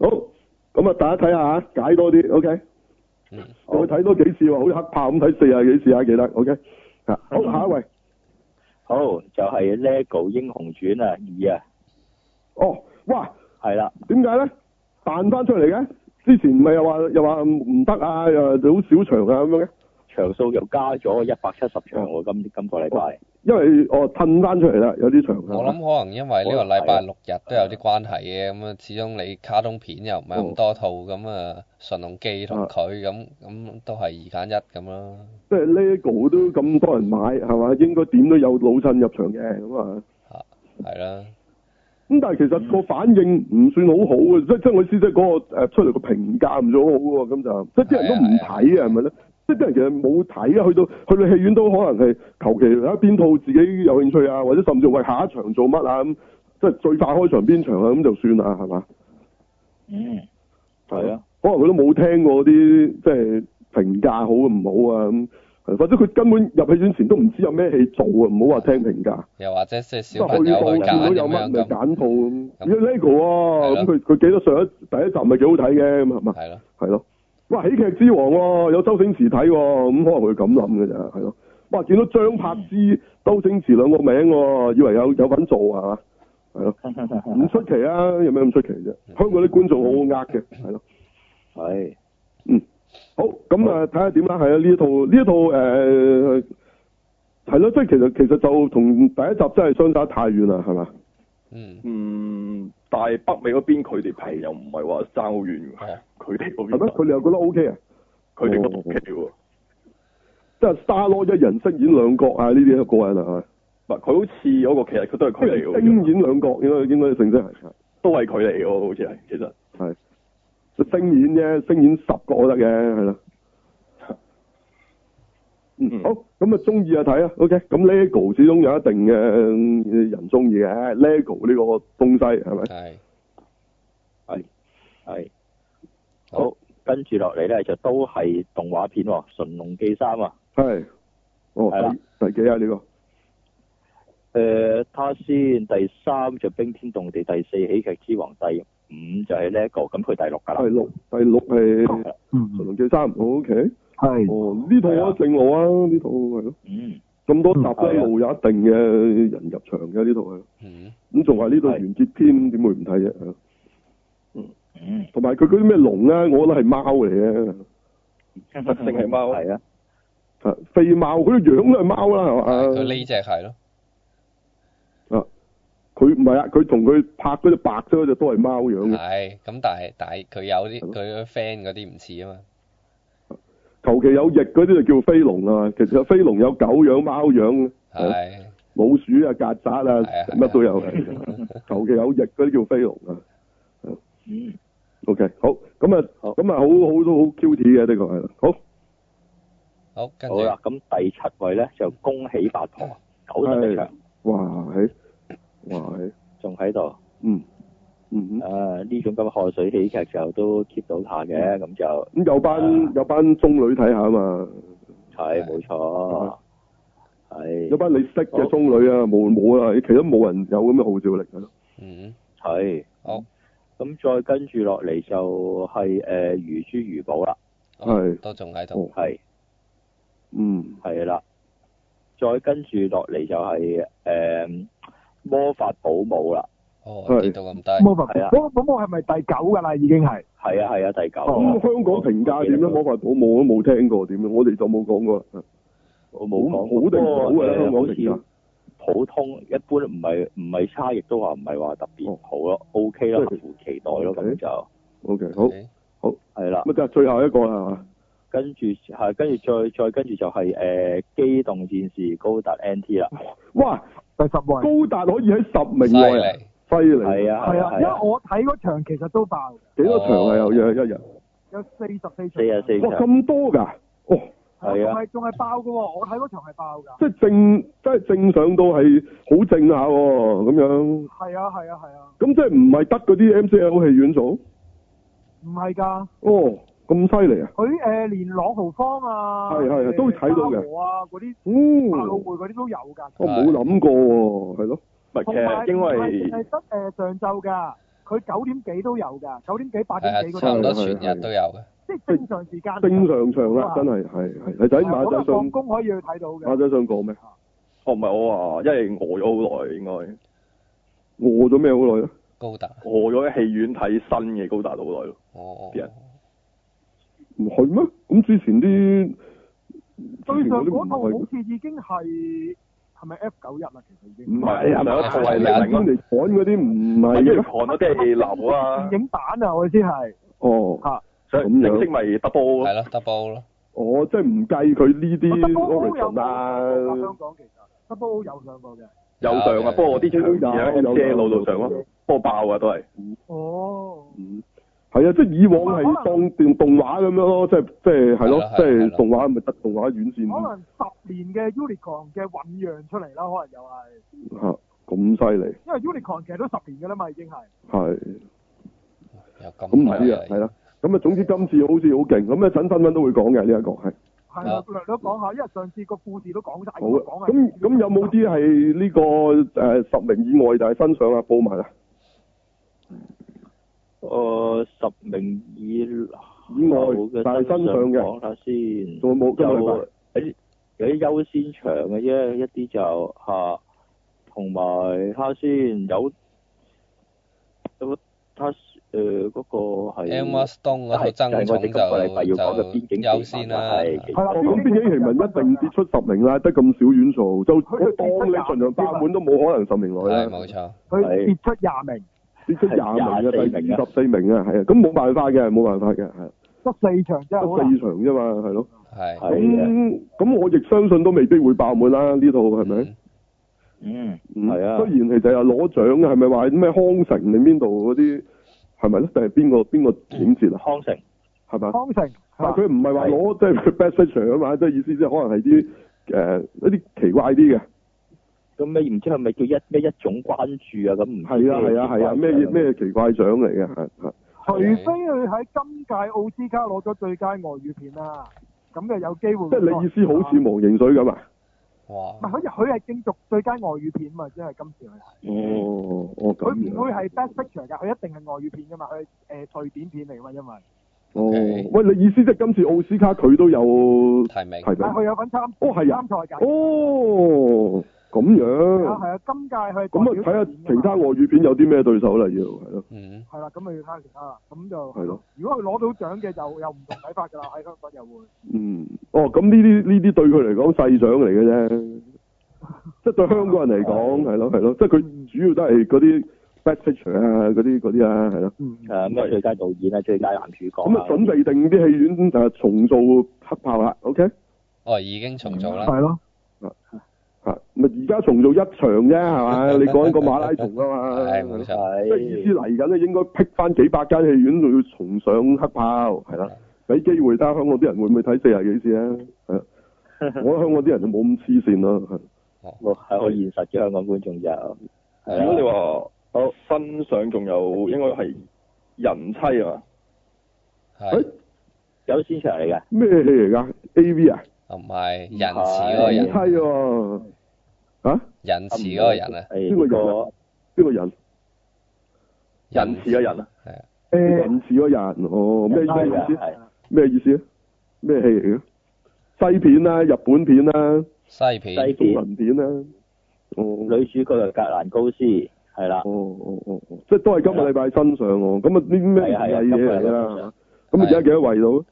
Speaker 2: 好咁啊，大家睇下解多啲，OK。
Speaker 3: 嗯
Speaker 2: 我會睇多幾次喎，好似黑豹咁睇四啊幾次啊，記得，OK。嚇，好
Speaker 3: 嗯
Speaker 2: 下一位。
Speaker 4: 好就係 LEGO 英雄傳啊二啊，
Speaker 2: 哦，哇！
Speaker 4: 係啦，
Speaker 2: 點解咧？彈翻出嚟嘅，之前咪又話又話唔得啊，又話好少場啊咁樣嘅，
Speaker 4: 場數又加咗一百七十場喎，今今個禮拜
Speaker 2: 因為哦褪翻出嚟啦，有啲場啊。
Speaker 3: 我諗可能因為呢個禮拜六日都有啲關係嘅，咁啊始終你卡通片又唔係咁多套，咁啊神龍記同佢咁咁都係二揀一咁啦，
Speaker 2: 即係 LEGO 都咁多人買係嘛，應該點都有老襯入場嘅咁啊。
Speaker 3: 係啦，
Speaker 2: 咁但係其實個反應唔算好好嘅，即即係我意思即係嗰個誒呃出嚟個評價唔算好好喎，咁就即係啲人都唔睇啊，係咪咧？即係啲人其實冇睇啊，去到去到戲院都可能係求其睇邊套自己有興趣啊，或者甚至為下一場做乜啊咁，即係最快開場邊場啊咁就算啦，係嘛？
Speaker 4: 嗯係啊，
Speaker 2: 可能佢都冇聽過啲即係評價好唔好啊咁，或者佢根本入戲院前都唔知有咩戲做啊，唔好話聽評價。
Speaker 3: 又或者即係
Speaker 2: 即
Speaker 3: 小
Speaker 2: 係
Speaker 3: 朋
Speaker 2: 去
Speaker 3: 友
Speaker 2: 到
Speaker 3: 去
Speaker 2: 見到
Speaker 3: 揀
Speaker 2: 有
Speaker 3: 咁
Speaker 2: 乜
Speaker 3: 樣
Speaker 2: 咪
Speaker 3: 咁，
Speaker 2: 揀啊套咁。
Speaker 3: 咁
Speaker 2: 咦 LEGO 喎，
Speaker 3: 係
Speaker 2: 啊咁佢佢記得上一第一集咪幾好睇嘅咁係咪？
Speaker 3: 係咯，
Speaker 2: 係咯。哇！喜劇之王喎，有周星馳睇喎，咁可能會咁諗嘅咋，係咯。哇！見到張柏芝、周星馳兩個名喎，以為有有份做啊係嘛？係
Speaker 4: 哦
Speaker 2: 咯，唔出奇啊！有咩咁出奇啫？
Speaker 3: 嗯
Speaker 2: 香港啲觀眾好好呃嘅，係咯。嗯
Speaker 4: 係
Speaker 2: 好，咁啊，睇下點啦，係啊，呢一套呢一套誒係咯，即係其實其實就同第一集真係相差太遠啦，係嘛？
Speaker 3: 嗯
Speaker 6: 嗯，但係北美嗰邊佢哋皮又唔係話爭好遠
Speaker 3: 係
Speaker 6: 喎，佢哋嗰邊
Speaker 2: 啊係咩？哦佢哋又覺得 O K 啊？
Speaker 6: 佢哋都 OK 喎。
Speaker 2: 即係沙羅一人飾演兩角啊！呢啲個人啊，
Speaker 6: 唔係佢好似嗰個其實佢都係
Speaker 2: 即
Speaker 6: 佢嚟
Speaker 2: 係
Speaker 6: 嘅
Speaker 2: 聲
Speaker 6: 喎，
Speaker 2: 演兩角，應該應該性質係
Speaker 6: 都係佢嚟嘅喎，好似係其實
Speaker 2: 係聲演啫，聲演十個都得嘅，係啦。嗯，
Speaker 6: 嗯
Speaker 2: 好，咁啊，中意啊睇啊，OK。咁 LEGO 始終有一定嘅嗯人中意嘅，LEGO 呢個東西係咪？
Speaker 3: 係
Speaker 4: 係
Speaker 3: 好
Speaker 4: 好，跟住落嚟咧就都係動畫片喎，《神龍記三》啊，
Speaker 2: 係。
Speaker 4: 係
Speaker 2: 哦
Speaker 4: 啦，
Speaker 2: 第第幾啊？呢個
Speaker 4: 誒他先第三就冰天動地，第四喜劇之王，第五就係 LEGO，咁佢第六㗎啦
Speaker 2: 第。六，第六係《
Speaker 5: 嗯
Speaker 2: 神龍記三》，OK。
Speaker 5: 係
Speaker 2: 哦，呢套啊正路啊，呢套係咯，
Speaker 4: 嗯，
Speaker 2: 咁多集咧一路有一定嘅人入場嘅呢套係，
Speaker 3: 嗯，
Speaker 2: 咁仲話呢套
Speaker 4: 係
Speaker 2: 完結篇點會唔睇啫？係咯
Speaker 4: 嗯，
Speaker 2: 同埋佢嗰啲咩龍咧，我覺得係貓嚟嘅，
Speaker 4: 定
Speaker 2: [LAUGHS]
Speaker 6: 係貓
Speaker 4: 係啊，
Speaker 2: 啊肥貓佢個樣都係貓啦，係
Speaker 3: 啊佢
Speaker 2: 嘛？
Speaker 3: 呢只係咯，
Speaker 2: 佢唔係啊，佢同佢拍嗰只白色嗰只都係貓樣嘅，
Speaker 3: 係咁，但係但係佢有啲
Speaker 2: 係咯
Speaker 3: 佢 friend 嗰啲唔似啊嘛，
Speaker 2: 求其有翼嗰啲就叫飛龍啊，其實飛龍有狗樣、貓樣、
Speaker 3: 係
Speaker 2: 老鼠啊、曱甴啊
Speaker 3: 係啊，係啊
Speaker 2: 乜都有嘅。 [LAUGHS] 求其有翼嗰啲叫飛龍啊。
Speaker 4: 嗯，
Speaker 2: OK，好，咁啊，
Speaker 4: 好
Speaker 2: 咁啊，好好都好 cute 嘅呢個係啦。好，
Speaker 3: 好跟
Speaker 4: 好
Speaker 3: 住嗯
Speaker 4: 啦，咁第七位咧就恭喜八婆，九十
Speaker 2: 哎
Speaker 4: 一場
Speaker 2: 哇，係，哇，係，
Speaker 4: 仲喺度，
Speaker 2: 嗯，嗯，
Speaker 4: 啊呢種咁嘅賀歲喜劇就都 keep 到下
Speaker 3: 嗯
Speaker 4: 嘅，咁就
Speaker 2: 咁有
Speaker 4: 啊
Speaker 2: 班有班中女睇下啊嘛，
Speaker 4: 係冇錯，
Speaker 2: 有
Speaker 3: 嗯
Speaker 4: 係
Speaker 2: 班你識嘅中女啊，冇冇啊，其實冇人有咁嘅號召力嘅咯。
Speaker 3: 嗯
Speaker 4: 係
Speaker 3: 好。
Speaker 4: 咁再跟住落嚟就係誒如珠如寶啦，
Speaker 3: 好
Speaker 2: 係
Speaker 3: 都仲喺度，
Speaker 4: 係
Speaker 2: 嗯，
Speaker 4: 係啦，再跟住落嚟就係誒魔法保姆啦，
Speaker 3: 哦
Speaker 2: 係
Speaker 3: 跌到咁
Speaker 5: 魔
Speaker 3: 低，
Speaker 5: 法
Speaker 4: 係啊
Speaker 5: 嗰嗰個係咪第九㗎啦？已經係
Speaker 4: 係啊係啊第九
Speaker 2: 咁
Speaker 4: 啦，
Speaker 2: 香港評價點咧？
Speaker 4: 哦
Speaker 2: 魔法保姆我都冇聽過點樣，我哋就冇講過啦。
Speaker 4: 我
Speaker 2: 好
Speaker 4: 冇講
Speaker 2: 好定唔好啊
Speaker 4: 不過呃
Speaker 2: 嘅
Speaker 4: 誒
Speaker 2: 香港
Speaker 4: 好
Speaker 2: 評價
Speaker 4: 似，普通，一般唔係唔係差，亦都話唔係話特別好咯，OK 啦，合
Speaker 2: 即係
Speaker 4: 乎期待咯，咁
Speaker 2: 嗯 OK
Speaker 4: 就
Speaker 2: OK，好，
Speaker 3: OK，
Speaker 4: 係啦。
Speaker 2: 咁就啊最後一個啦，
Speaker 4: 跟住係跟住再再跟住就係、誒、機動戰士高達 NT 啦，
Speaker 2: 哇，
Speaker 5: 第十位。
Speaker 2: 高達可以喺十名
Speaker 3: 犀
Speaker 2: 內啊，
Speaker 3: 利，
Speaker 2: 犀利，
Speaker 4: 係啊
Speaker 5: 係
Speaker 4: 係
Speaker 5: 啊，
Speaker 4: 啊係
Speaker 5: 因為
Speaker 4: 啊，
Speaker 5: 我睇嗰場其實都爆，
Speaker 2: 幾多場啊？又一一日，
Speaker 5: 有四十四場。
Speaker 4: 四啊四
Speaker 2: 哇，
Speaker 4: 場
Speaker 2: 咁多㗎，哦，
Speaker 4: 係
Speaker 5: 係啊，仲
Speaker 4: 啊
Speaker 5: 係仲係爆嘅喎，我睇嗰場係爆㗎。
Speaker 2: 即係正，即係正上到係好正下喎，咁樣，
Speaker 5: 係啊係啊係啊，
Speaker 2: 咁即係唔係得嗰啲 MCL 戲院做？
Speaker 5: 唔係㗎，
Speaker 2: 哦，咁犀利啊！
Speaker 5: 佢誒連朗豪坊啊，
Speaker 2: 係係係
Speaker 5: 誒
Speaker 2: 都睇到嘅
Speaker 5: 嘉禾啊嗰啲百老
Speaker 2: 哦，
Speaker 5: 匯嗰啲都有㗎。
Speaker 2: 我冇諗過喎，係咯，
Speaker 6: 唔係其
Speaker 5: 同埋
Speaker 6: 實因
Speaker 5: 唔係淨係
Speaker 6: 為
Speaker 5: 得誒上晝㗎，佢九點幾都有㗎，九點幾八
Speaker 3: 係
Speaker 5: 點
Speaker 3: 啊
Speaker 5: 幾嗰，
Speaker 3: 差唔
Speaker 5: 啲，
Speaker 3: 多全日都有嘅，
Speaker 5: 即係正常時間。
Speaker 2: 正常場啦，真係係係，你睇馬
Speaker 5: 咁啊
Speaker 2: 仔
Speaker 5: 放
Speaker 2: 上
Speaker 5: 工可以去睇到
Speaker 2: 馬
Speaker 5: 嘅。
Speaker 2: 仔想講咩？
Speaker 6: 哦我唔係我話，因為餓咗好耐應該，
Speaker 2: 餓咗咩好耐咧？啊
Speaker 3: 高達，
Speaker 6: 餓咗喺戲院睇新嘅高達好耐咯。
Speaker 3: 哦哦
Speaker 6: 啲人
Speaker 2: 唔係咩？咁之前啲
Speaker 5: 最
Speaker 2: 之前
Speaker 5: 上
Speaker 2: 嗰
Speaker 5: 嗰
Speaker 2: 啲
Speaker 5: 套
Speaker 2: 唔
Speaker 5: 好
Speaker 2: 係
Speaker 5: 似已經係係咪 F 九一啦？其實
Speaker 2: 唔
Speaker 5: 已經
Speaker 2: 係啊，
Speaker 6: 上一套係零
Speaker 2: 係
Speaker 6: 零
Speaker 2: 嚟趕嗰啲唔
Speaker 6: 啊，
Speaker 2: 係
Speaker 6: 因為
Speaker 2: 嘅，
Speaker 6: 韓嗰啲係
Speaker 2: [LAUGHS]
Speaker 6: 流啊，
Speaker 5: 電影版啊，我先係
Speaker 2: 哦，
Speaker 5: 嚇。
Speaker 6: 所以
Speaker 2: 咁樣
Speaker 6: 正式咪 double
Speaker 3: 係咯
Speaker 6: 咯。
Speaker 3: double 咯，
Speaker 2: 哦，即係唔計佢呢
Speaker 5: 我
Speaker 2: 啲
Speaker 5: Double O
Speaker 2: origin
Speaker 5: 有上過香
Speaker 2: 啦，
Speaker 5: 港其實 Double O 有上過嘅。
Speaker 6: 有上啊，不過我啲場次喺
Speaker 2: 啊
Speaker 6: M C L 度上咯，不過爆啊都係。
Speaker 5: 哦，
Speaker 2: 嗯，係啊，即係以往係當電動畫咁樣咯，即係即係係
Speaker 3: 係啦
Speaker 2: 咯，即
Speaker 3: 係
Speaker 2: 係啊
Speaker 3: 啦
Speaker 2: 動畫咪得動畫院線
Speaker 5: 可能十年嘅 Unicorn 嘅醖釀出嚟啦，可能又係，
Speaker 2: 嚇咁犀利，
Speaker 5: 因為 Unicorn 其實都十年嘅啦嘛，已經係。
Speaker 2: 係。
Speaker 3: 又
Speaker 2: 咁唔知啊，係
Speaker 3: 咁哎
Speaker 2: 啦。咁啊，總之今次好似好勁，咁一陣新聞都會講嘅呢一個係
Speaker 5: 係
Speaker 3: 啊
Speaker 5: 啊，略略講下，因為上次個故事都講晒，
Speaker 2: 好
Speaker 5: 講
Speaker 2: 啊。
Speaker 5: 係
Speaker 2: 咁咁有冇啲係呢個誒十名以外就係新上啊報埋啊？
Speaker 4: 誒、哦十名以
Speaker 2: 以外但係新上嘅
Speaker 4: 講下先，
Speaker 2: 仲有冇今個禮拜
Speaker 4: 有啲有啲優先場嘅啫，一啲就嚇，同埋睇下先有有睇誒嗰個係
Speaker 3: Emma Stone 嗰套
Speaker 4: 係
Speaker 3: 爭
Speaker 4: 係我哋
Speaker 3: 啊寵
Speaker 4: 今個禮拜要講嘅
Speaker 3: 就就
Speaker 4: 邊境啊
Speaker 3: 優先啦，
Speaker 4: 係
Speaker 5: 係啦
Speaker 2: 哦，咁邊境奇聞一定跌出十名啦，得咁少院數，就我當你盡量爆滿都冇可能十名內
Speaker 3: 係
Speaker 2: 啦，
Speaker 3: 冇錯，
Speaker 5: 佢跌出廿名，
Speaker 2: 跌出廿名嘅
Speaker 4: 係
Speaker 2: 第二
Speaker 4: 廿四名啊
Speaker 2: 十四名啊，係啊，咁冇辦法嘅，冇辦法嘅，係啊
Speaker 5: 得四場真係好
Speaker 2: 得
Speaker 5: 難。
Speaker 2: 四場啫嘛，係咯。
Speaker 3: 係
Speaker 4: 係嘅，
Speaker 2: 咁咁我亦相信都未必會爆滿啦，呢套係咪？
Speaker 3: 嗯
Speaker 4: 嗯，
Speaker 2: 嗯
Speaker 4: 係啊
Speaker 2: 雖然其實又攞獎嘅，係咪話咩康城定邊度嗰啲係咪咧？定係邊個邊個剪接啊？
Speaker 4: 康城
Speaker 2: 係咪啊？
Speaker 5: 康城，
Speaker 2: 但係
Speaker 5: 係
Speaker 2: 佢唔係話攞即係 best picture 啊嘛，即係意思即係可能係啲誒一啲奇怪啲嘅，
Speaker 4: 咁咩唔知係咪叫一咩一種關注啊？咁唔知
Speaker 2: 係啊係啊係
Speaker 4: 咩
Speaker 2: 啊，咩
Speaker 4: 關注
Speaker 2: 咩奇怪獎嚟嘅係係
Speaker 5: 除非佢喺今屆奧斯卡攞咗最佳外語片啦，咁就有機會。
Speaker 2: 即係你意思好似忘形水咁啊？
Speaker 5: 唔
Speaker 3: 哇
Speaker 5: 係，佢佢係競逐最佳外語片啊嘛，即係今次佢係。
Speaker 4: 嗯
Speaker 2: 哦哦咁
Speaker 5: 佢唔會
Speaker 2: 樣，
Speaker 5: 係 best picture 㗎，佢一定係外語片㗎嘛，佢誒、呃、瑞典片嚟㗎嘛，因為
Speaker 2: 哦，
Speaker 3: OK
Speaker 2: 喂，你意思即係今次奧斯卡佢都有
Speaker 3: 提名
Speaker 2: 提名？
Speaker 5: 但係佢有份參
Speaker 2: 哦係啊
Speaker 5: 參賽㗎。
Speaker 2: 哦，咁
Speaker 5: 係啊
Speaker 2: 樣，
Speaker 5: 係啊，今屆佢係
Speaker 2: 咁啊
Speaker 5: 代表
Speaker 2: 睇下
Speaker 5: 日本㗎嘛
Speaker 2: 其他外語片有啲咩對手啦，要係
Speaker 5: [LAUGHS]
Speaker 2: 咯，
Speaker 3: 嗯，
Speaker 5: 係啦，咁咪要睇下其他啦。咁
Speaker 2: 係
Speaker 5: 就
Speaker 2: 咯，
Speaker 5: 如果佢攞到獎嘅，就又唔同睇法㗎啦。喺香港又會
Speaker 2: 嗯，哦，咁呢啲呢啲對佢嚟講細獎嚟嘅啫，即係對香港人嚟
Speaker 5: [LAUGHS]
Speaker 2: 講係咯係咯，即係佢主要都係嗰啲 best picture 啊嗰啲嗰啲啊係咯，
Speaker 5: 嗯
Speaker 4: 誒咩最佳導演啊、最佳男主角
Speaker 2: 咁
Speaker 4: 啊
Speaker 2: 啊，準備定啲戲院就係重做黑豹啦，OK
Speaker 3: 哦已經重做啦，
Speaker 5: 係咯，
Speaker 2: 嚇，咪啊而家重做一場啫係嘛？你講緊個馬拉松啊嘛，
Speaker 3: 係冇錯，
Speaker 2: 即係意思
Speaker 4: 係
Speaker 2: 嚟緊咧，應該辟翻幾百間戲院，仲要重上黑豹，係啦，俾機會睇下香港啲人會唔會睇四廿幾次啊？係啊，我覺得香港啲人就冇咁黐線啦，係
Speaker 4: 冇係好現實嘅香港觀眾就係
Speaker 6: 如果你
Speaker 4: 啊，
Speaker 6: 話我新上仲有應該係人妻啊嘛，
Speaker 3: 係
Speaker 2: 誒
Speaker 4: 有先場嚟嘅，
Speaker 2: 咩戲嚟㗎？A V 啊，
Speaker 3: 啊唔係人慈嗰個
Speaker 2: 人
Speaker 3: 人
Speaker 2: 妻，喎，啊
Speaker 3: 人慈嗰個人啊，
Speaker 4: 係
Speaker 2: 邊個人啊
Speaker 4: 個
Speaker 2: 邊個人？
Speaker 6: 人似嘅人啊，
Speaker 5: 誒
Speaker 2: 人似嗰人哦，咩
Speaker 4: 係
Speaker 2: 咩
Speaker 4: 啊
Speaker 2: 意思？
Speaker 4: 係
Speaker 2: 咩意思啊？咩戲嚟嘅？西片啦、日本片啦、
Speaker 3: 西片
Speaker 4: 西
Speaker 2: 中
Speaker 4: 片
Speaker 2: 文片啦，哦。
Speaker 4: 女主角係格蘭高斯係啦
Speaker 2: 哦，哦哦哦，即係都係今個禮拜新上喎。咁啊，呢啲咩
Speaker 4: 係啊係啊
Speaker 2: 藝嘢嚟
Speaker 4: 今個禮拜
Speaker 2: 啦
Speaker 4: 新上？
Speaker 2: 咁啊，而家幾多位到？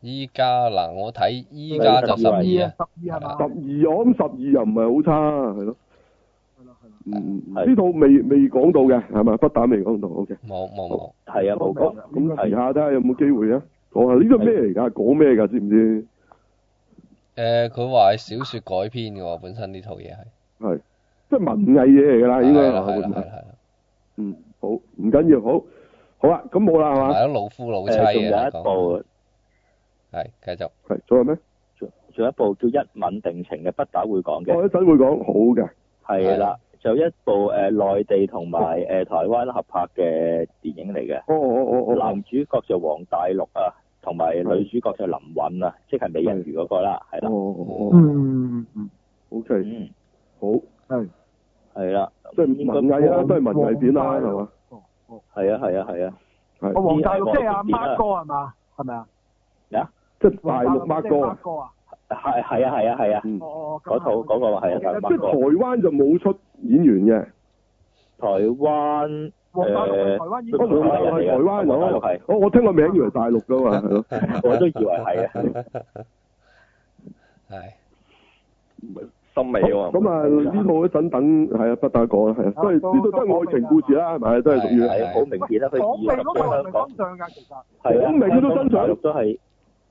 Speaker 3: 依家嗱我睇依家就十
Speaker 4: 十二
Speaker 3: 二啊，
Speaker 5: 十二係嘛？
Speaker 2: 十二，我諗十二又唔係好差，係咯。
Speaker 5: 係咯係咯。
Speaker 2: 嗯，
Speaker 4: 係
Speaker 2: 呢套未未講到嘅係嘛？不打未講到，OK。
Speaker 3: 冇冇冇，
Speaker 4: 係啊冇
Speaker 5: 好
Speaker 4: 講
Speaker 2: 咁
Speaker 4: 係
Speaker 2: 遲下睇下有冇機會啊？講下呢個咩嚟㗎？講咩㗎？知唔知？
Speaker 3: 誒佢話係小說改編嘅喎，本身呢套嘢係，
Speaker 2: 係即係文藝嘢嚟㗎啦，應該
Speaker 3: 係啦
Speaker 4: 啊
Speaker 2: 係
Speaker 3: 係啦係
Speaker 2: 嘛
Speaker 3: 啦係啦，
Speaker 2: 嗯，好，唔緊要，好，好啦，咁冇啦係
Speaker 3: 同
Speaker 2: 嘛？
Speaker 3: 埋都老夫老妻
Speaker 4: 誒，仲
Speaker 3: 嘅講，
Speaker 4: 有一部
Speaker 3: 係繼續，
Speaker 2: 係，仲有咩？
Speaker 4: 仲有一部叫《一吻定情》嘅不打會講嘅。
Speaker 2: 哦我一陣會講好嘅。
Speaker 4: 係啦，就一部誒、呃、內地同埋誒台灣合拍嘅電影嚟嘅，
Speaker 2: 哦哦哦哦，
Speaker 4: 男主角就黃大陸啊，同埋女主角就林允啊，即係美人魚嗰個啦，係
Speaker 2: 哦
Speaker 4: 啦，
Speaker 2: 哦哦
Speaker 5: 嗯嗯
Speaker 2: ，OK，
Speaker 4: 嗯，
Speaker 2: 好。
Speaker 5: 係
Speaker 4: 係啦，
Speaker 2: 即係文藝啊啦，都係文藝片啦，係嘛？
Speaker 5: 哦哦。
Speaker 4: 係啊係啊係啊，
Speaker 5: 我
Speaker 2: 係
Speaker 5: 黃大陸即係阿 Mark 哥係嘛？係咪啊？
Speaker 2: 即係大陸 Mark 哥啊，
Speaker 5: 哥啊！
Speaker 4: 係係啊係啊係啊，
Speaker 2: 嗯，
Speaker 5: 哦哦，
Speaker 4: 嗰套嗰個係
Speaker 2: 即
Speaker 4: 啊，
Speaker 2: 係台灣就冇出演員嘅，
Speaker 4: 台灣
Speaker 5: 黃大陸係台灣演
Speaker 4: 嗯
Speaker 2: 我黃
Speaker 5: 員
Speaker 2: 大陸係台灣
Speaker 4: 黃大陸
Speaker 2: 人
Speaker 4: 係，
Speaker 2: 我我聽個名以為大陸噶嘛，係咯，
Speaker 4: 我都以為
Speaker 3: [LAUGHS]
Speaker 4: 係啊，
Speaker 3: 係
Speaker 6: 森美啊嘛，
Speaker 2: 咁啊呢套一陣等係啊，不打講啦，係啊，都係呢套都係愛情故事啦，係咪？都係屬於
Speaker 4: 係啊好明顯啦，佢
Speaker 5: 港
Speaker 4: 二合
Speaker 5: 味
Speaker 4: 咗
Speaker 5: 嗰個係
Speaker 4: 香
Speaker 5: 咪
Speaker 4: 港，
Speaker 5: 真相㗎？其實
Speaker 4: 係啊，
Speaker 2: 港味佢都真
Speaker 4: 大
Speaker 2: 上
Speaker 4: 陸都係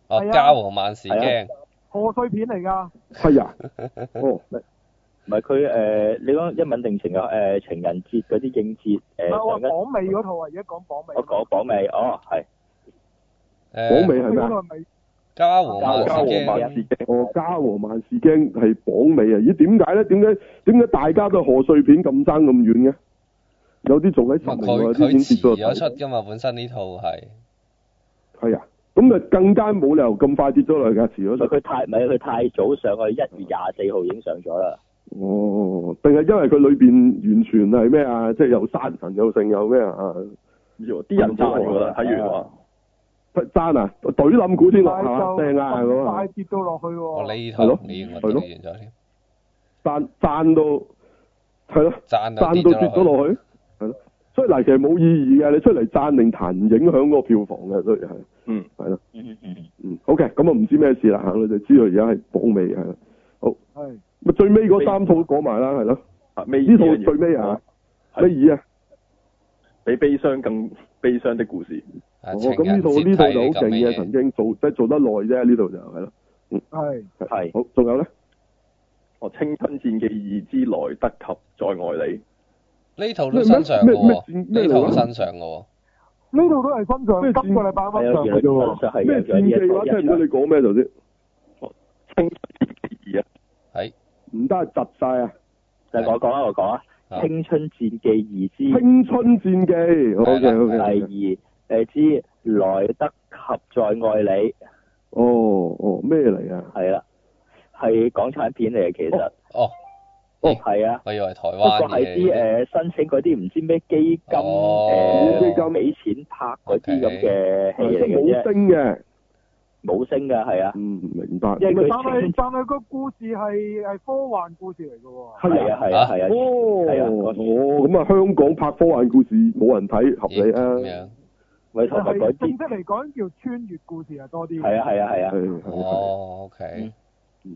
Speaker 3: 哦
Speaker 5: 係啊
Speaker 3: 家和萬事驚，
Speaker 5: 賀歲片嚟㗎。
Speaker 2: 係啊， [LAUGHS] 哦，
Speaker 4: 唔係佢誒，你講一吻定情啊誒情人節嗰啲應節
Speaker 5: 唔
Speaker 4: 誒
Speaker 5: 係我話
Speaker 4: 上一
Speaker 5: 港味嗰套啊，而家講港味嗰
Speaker 4: 我
Speaker 5: 套。
Speaker 4: 講講未？哦，係
Speaker 2: 港
Speaker 3: 誒
Speaker 2: 味係咩
Speaker 5: 嗰
Speaker 2: 啊？
Speaker 5: 套係咪
Speaker 3: 家和萬
Speaker 6: 家
Speaker 3: 事
Speaker 6: 和
Speaker 3: 驚，
Speaker 6: 萬事驚，
Speaker 2: 哦，家和萬事驚係港味啊！咦，點解咧？點解點解大家都係賀歲片咁爭咁遠嘅？有啲仲喺十
Speaker 3: 咁啊
Speaker 2: 年喎，有
Speaker 3: 佢
Speaker 2: 啲
Speaker 3: 佢
Speaker 2: 已經
Speaker 3: 遲
Speaker 2: 跌咗落
Speaker 3: 咗
Speaker 2: 底
Speaker 3: 出㗎嘛，本身呢套係。
Speaker 2: 係啊，咁啊更加冇理由咁快跌咗落去㗎，遲咗
Speaker 4: 咪
Speaker 2: 就。
Speaker 4: 佢太咪佢太早上，我哋一月廿四號已經上咗啦。
Speaker 2: 哦，定係因為佢裏邊完全係咩啊？即係又殺人又剩又咩啊？
Speaker 6: 要啲人爭
Speaker 2: 哦
Speaker 6: 㗎啦，睇完話
Speaker 2: 爭啊，懟冧古天樂係嘛？
Speaker 5: 快
Speaker 2: 正啊咁
Speaker 5: 快
Speaker 2: 啊，
Speaker 5: 跌到落去
Speaker 3: 我
Speaker 5: 喎。
Speaker 3: 呢
Speaker 2: 係
Speaker 3: 套
Speaker 2: 咯
Speaker 3: 哦你我
Speaker 2: 係
Speaker 3: 都
Speaker 2: 咯
Speaker 3: 完咗添，
Speaker 2: 爭爭到係咯，
Speaker 3: 讚到
Speaker 2: 爭
Speaker 3: 跌
Speaker 2: 到跌咗
Speaker 3: 咗落去。
Speaker 2: 落去，係咯。所以嗱，其實冇意義嘅，你出嚟贊定彈唔影響嗰個票房嘅，所以係
Speaker 6: 嗯
Speaker 2: 係咯，
Speaker 4: 嗯嗯
Speaker 2: 嗯，OK，咁啊唔知咩事啦嚇，我就知道而家係保尾係啦。
Speaker 5: 係
Speaker 2: 咪最尾嗰三套都講埋啦，係咯，
Speaker 6: 啊尾
Speaker 2: 呢套最尾啊，
Speaker 6: 係
Speaker 2: 尾二啊。
Speaker 6: 比悲傷更悲傷的故事，
Speaker 3: 啊
Speaker 2: 哦，
Speaker 3: 情
Speaker 2: 咁呢
Speaker 3: 人
Speaker 2: 套
Speaker 3: 節
Speaker 2: 呢套就
Speaker 3: 睇你
Speaker 2: 好勁嘅，
Speaker 3: 咁嘅
Speaker 2: 曾經做即係做得耐啫，呢度就係咯。
Speaker 5: 係
Speaker 4: 係
Speaker 2: 好，仲有咧？
Speaker 6: 哦青春戰記二之來得及再愛你，
Speaker 3: 嘢，呢套
Speaker 2: 咩
Speaker 3: 都新上嘅
Speaker 2: 咩咩
Speaker 3: 喎，
Speaker 2: 咩
Speaker 3: 呢
Speaker 2: 咩
Speaker 3: 套
Speaker 2: 嚟㗎
Speaker 3: 新上嘅喎，
Speaker 5: 呢度都係新
Speaker 2: 咩
Speaker 5: 上，
Speaker 2: 戰
Speaker 5: 今個禮拜
Speaker 4: 係啊，
Speaker 5: 啱上
Speaker 4: 原來
Speaker 5: 嘅啫喎。
Speaker 4: 真係
Speaker 2: 咩
Speaker 4: 有
Speaker 2: 戰記話
Speaker 4: 有
Speaker 2: 聽唔
Speaker 4: 一
Speaker 2: 到你講咩頭先？
Speaker 6: 青春戰記二啊，
Speaker 3: 係
Speaker 2: 唔得，窒晒啊！
Speaker 4: 就我講啊，我講啊，《青春戰記二之
Speaker 2: 青春戰記
Speaker 3: 係啦
Speaker 2: ，OK
Speaker 4: 第
Speaker 2: OK。
Speaker 4: 二誒之來得及再愛你
Speaker 2: 哦哦，咩嚟啊》？
Speaker 4: 係啦，係港產片嚟嘅，其實
Speaker 3: 哦，哦，
Speaker 4: 係啊。
Speaker 3: 我以為台
Speaker 4: 不過
Speaker 3: 灣
Speaker 4: 係啲
Speaker 3: 嘅，
Speaker 4: 誒申請嗰啲唔知咩基金呃
Speaker 3: 哦
Speaker 4: 誒基金俾錢拍嗰啲咁嘅戲
Speaker 2: 係
Speaker 4: 嚟
Speaker 2: 即係
Speaker 4: 嘅
Speaker 2: 冇
Speaker 4: 啫，
Speaker 2: 升嘅，
Speaker 4: 冇升㗎係啊，
Speaker 2: 嗯，明白。
Speaker 4: 因為
Speaker 5: 但
Speaker 4: 佢
Speaker 5: 係
Speaker 4: 清
Speaker 5: 但係個故事係係科幻故事嚟嘅喎。
Speaker 4: 係啊係啊係
Speaker 2: 哦，
Speaker 4: 啊，係啊
Speaker 2: 哦，咁啊，香港拍科幻故事冇人睇，合
Speaker 3: 咦
Speaker 2: 理啊。
Speaker 3: 咁樣，
Speaker 4: 咪同埋嗰
Speaker 5: 係
Speaker 4: 啲
Speaker 5: 正式嚟講叫穿越故事啊多啲。
Speaker 4: 啊係啊係啊係啊，
Speaker 2: 係係係。
Speaker 3: 哦，OK，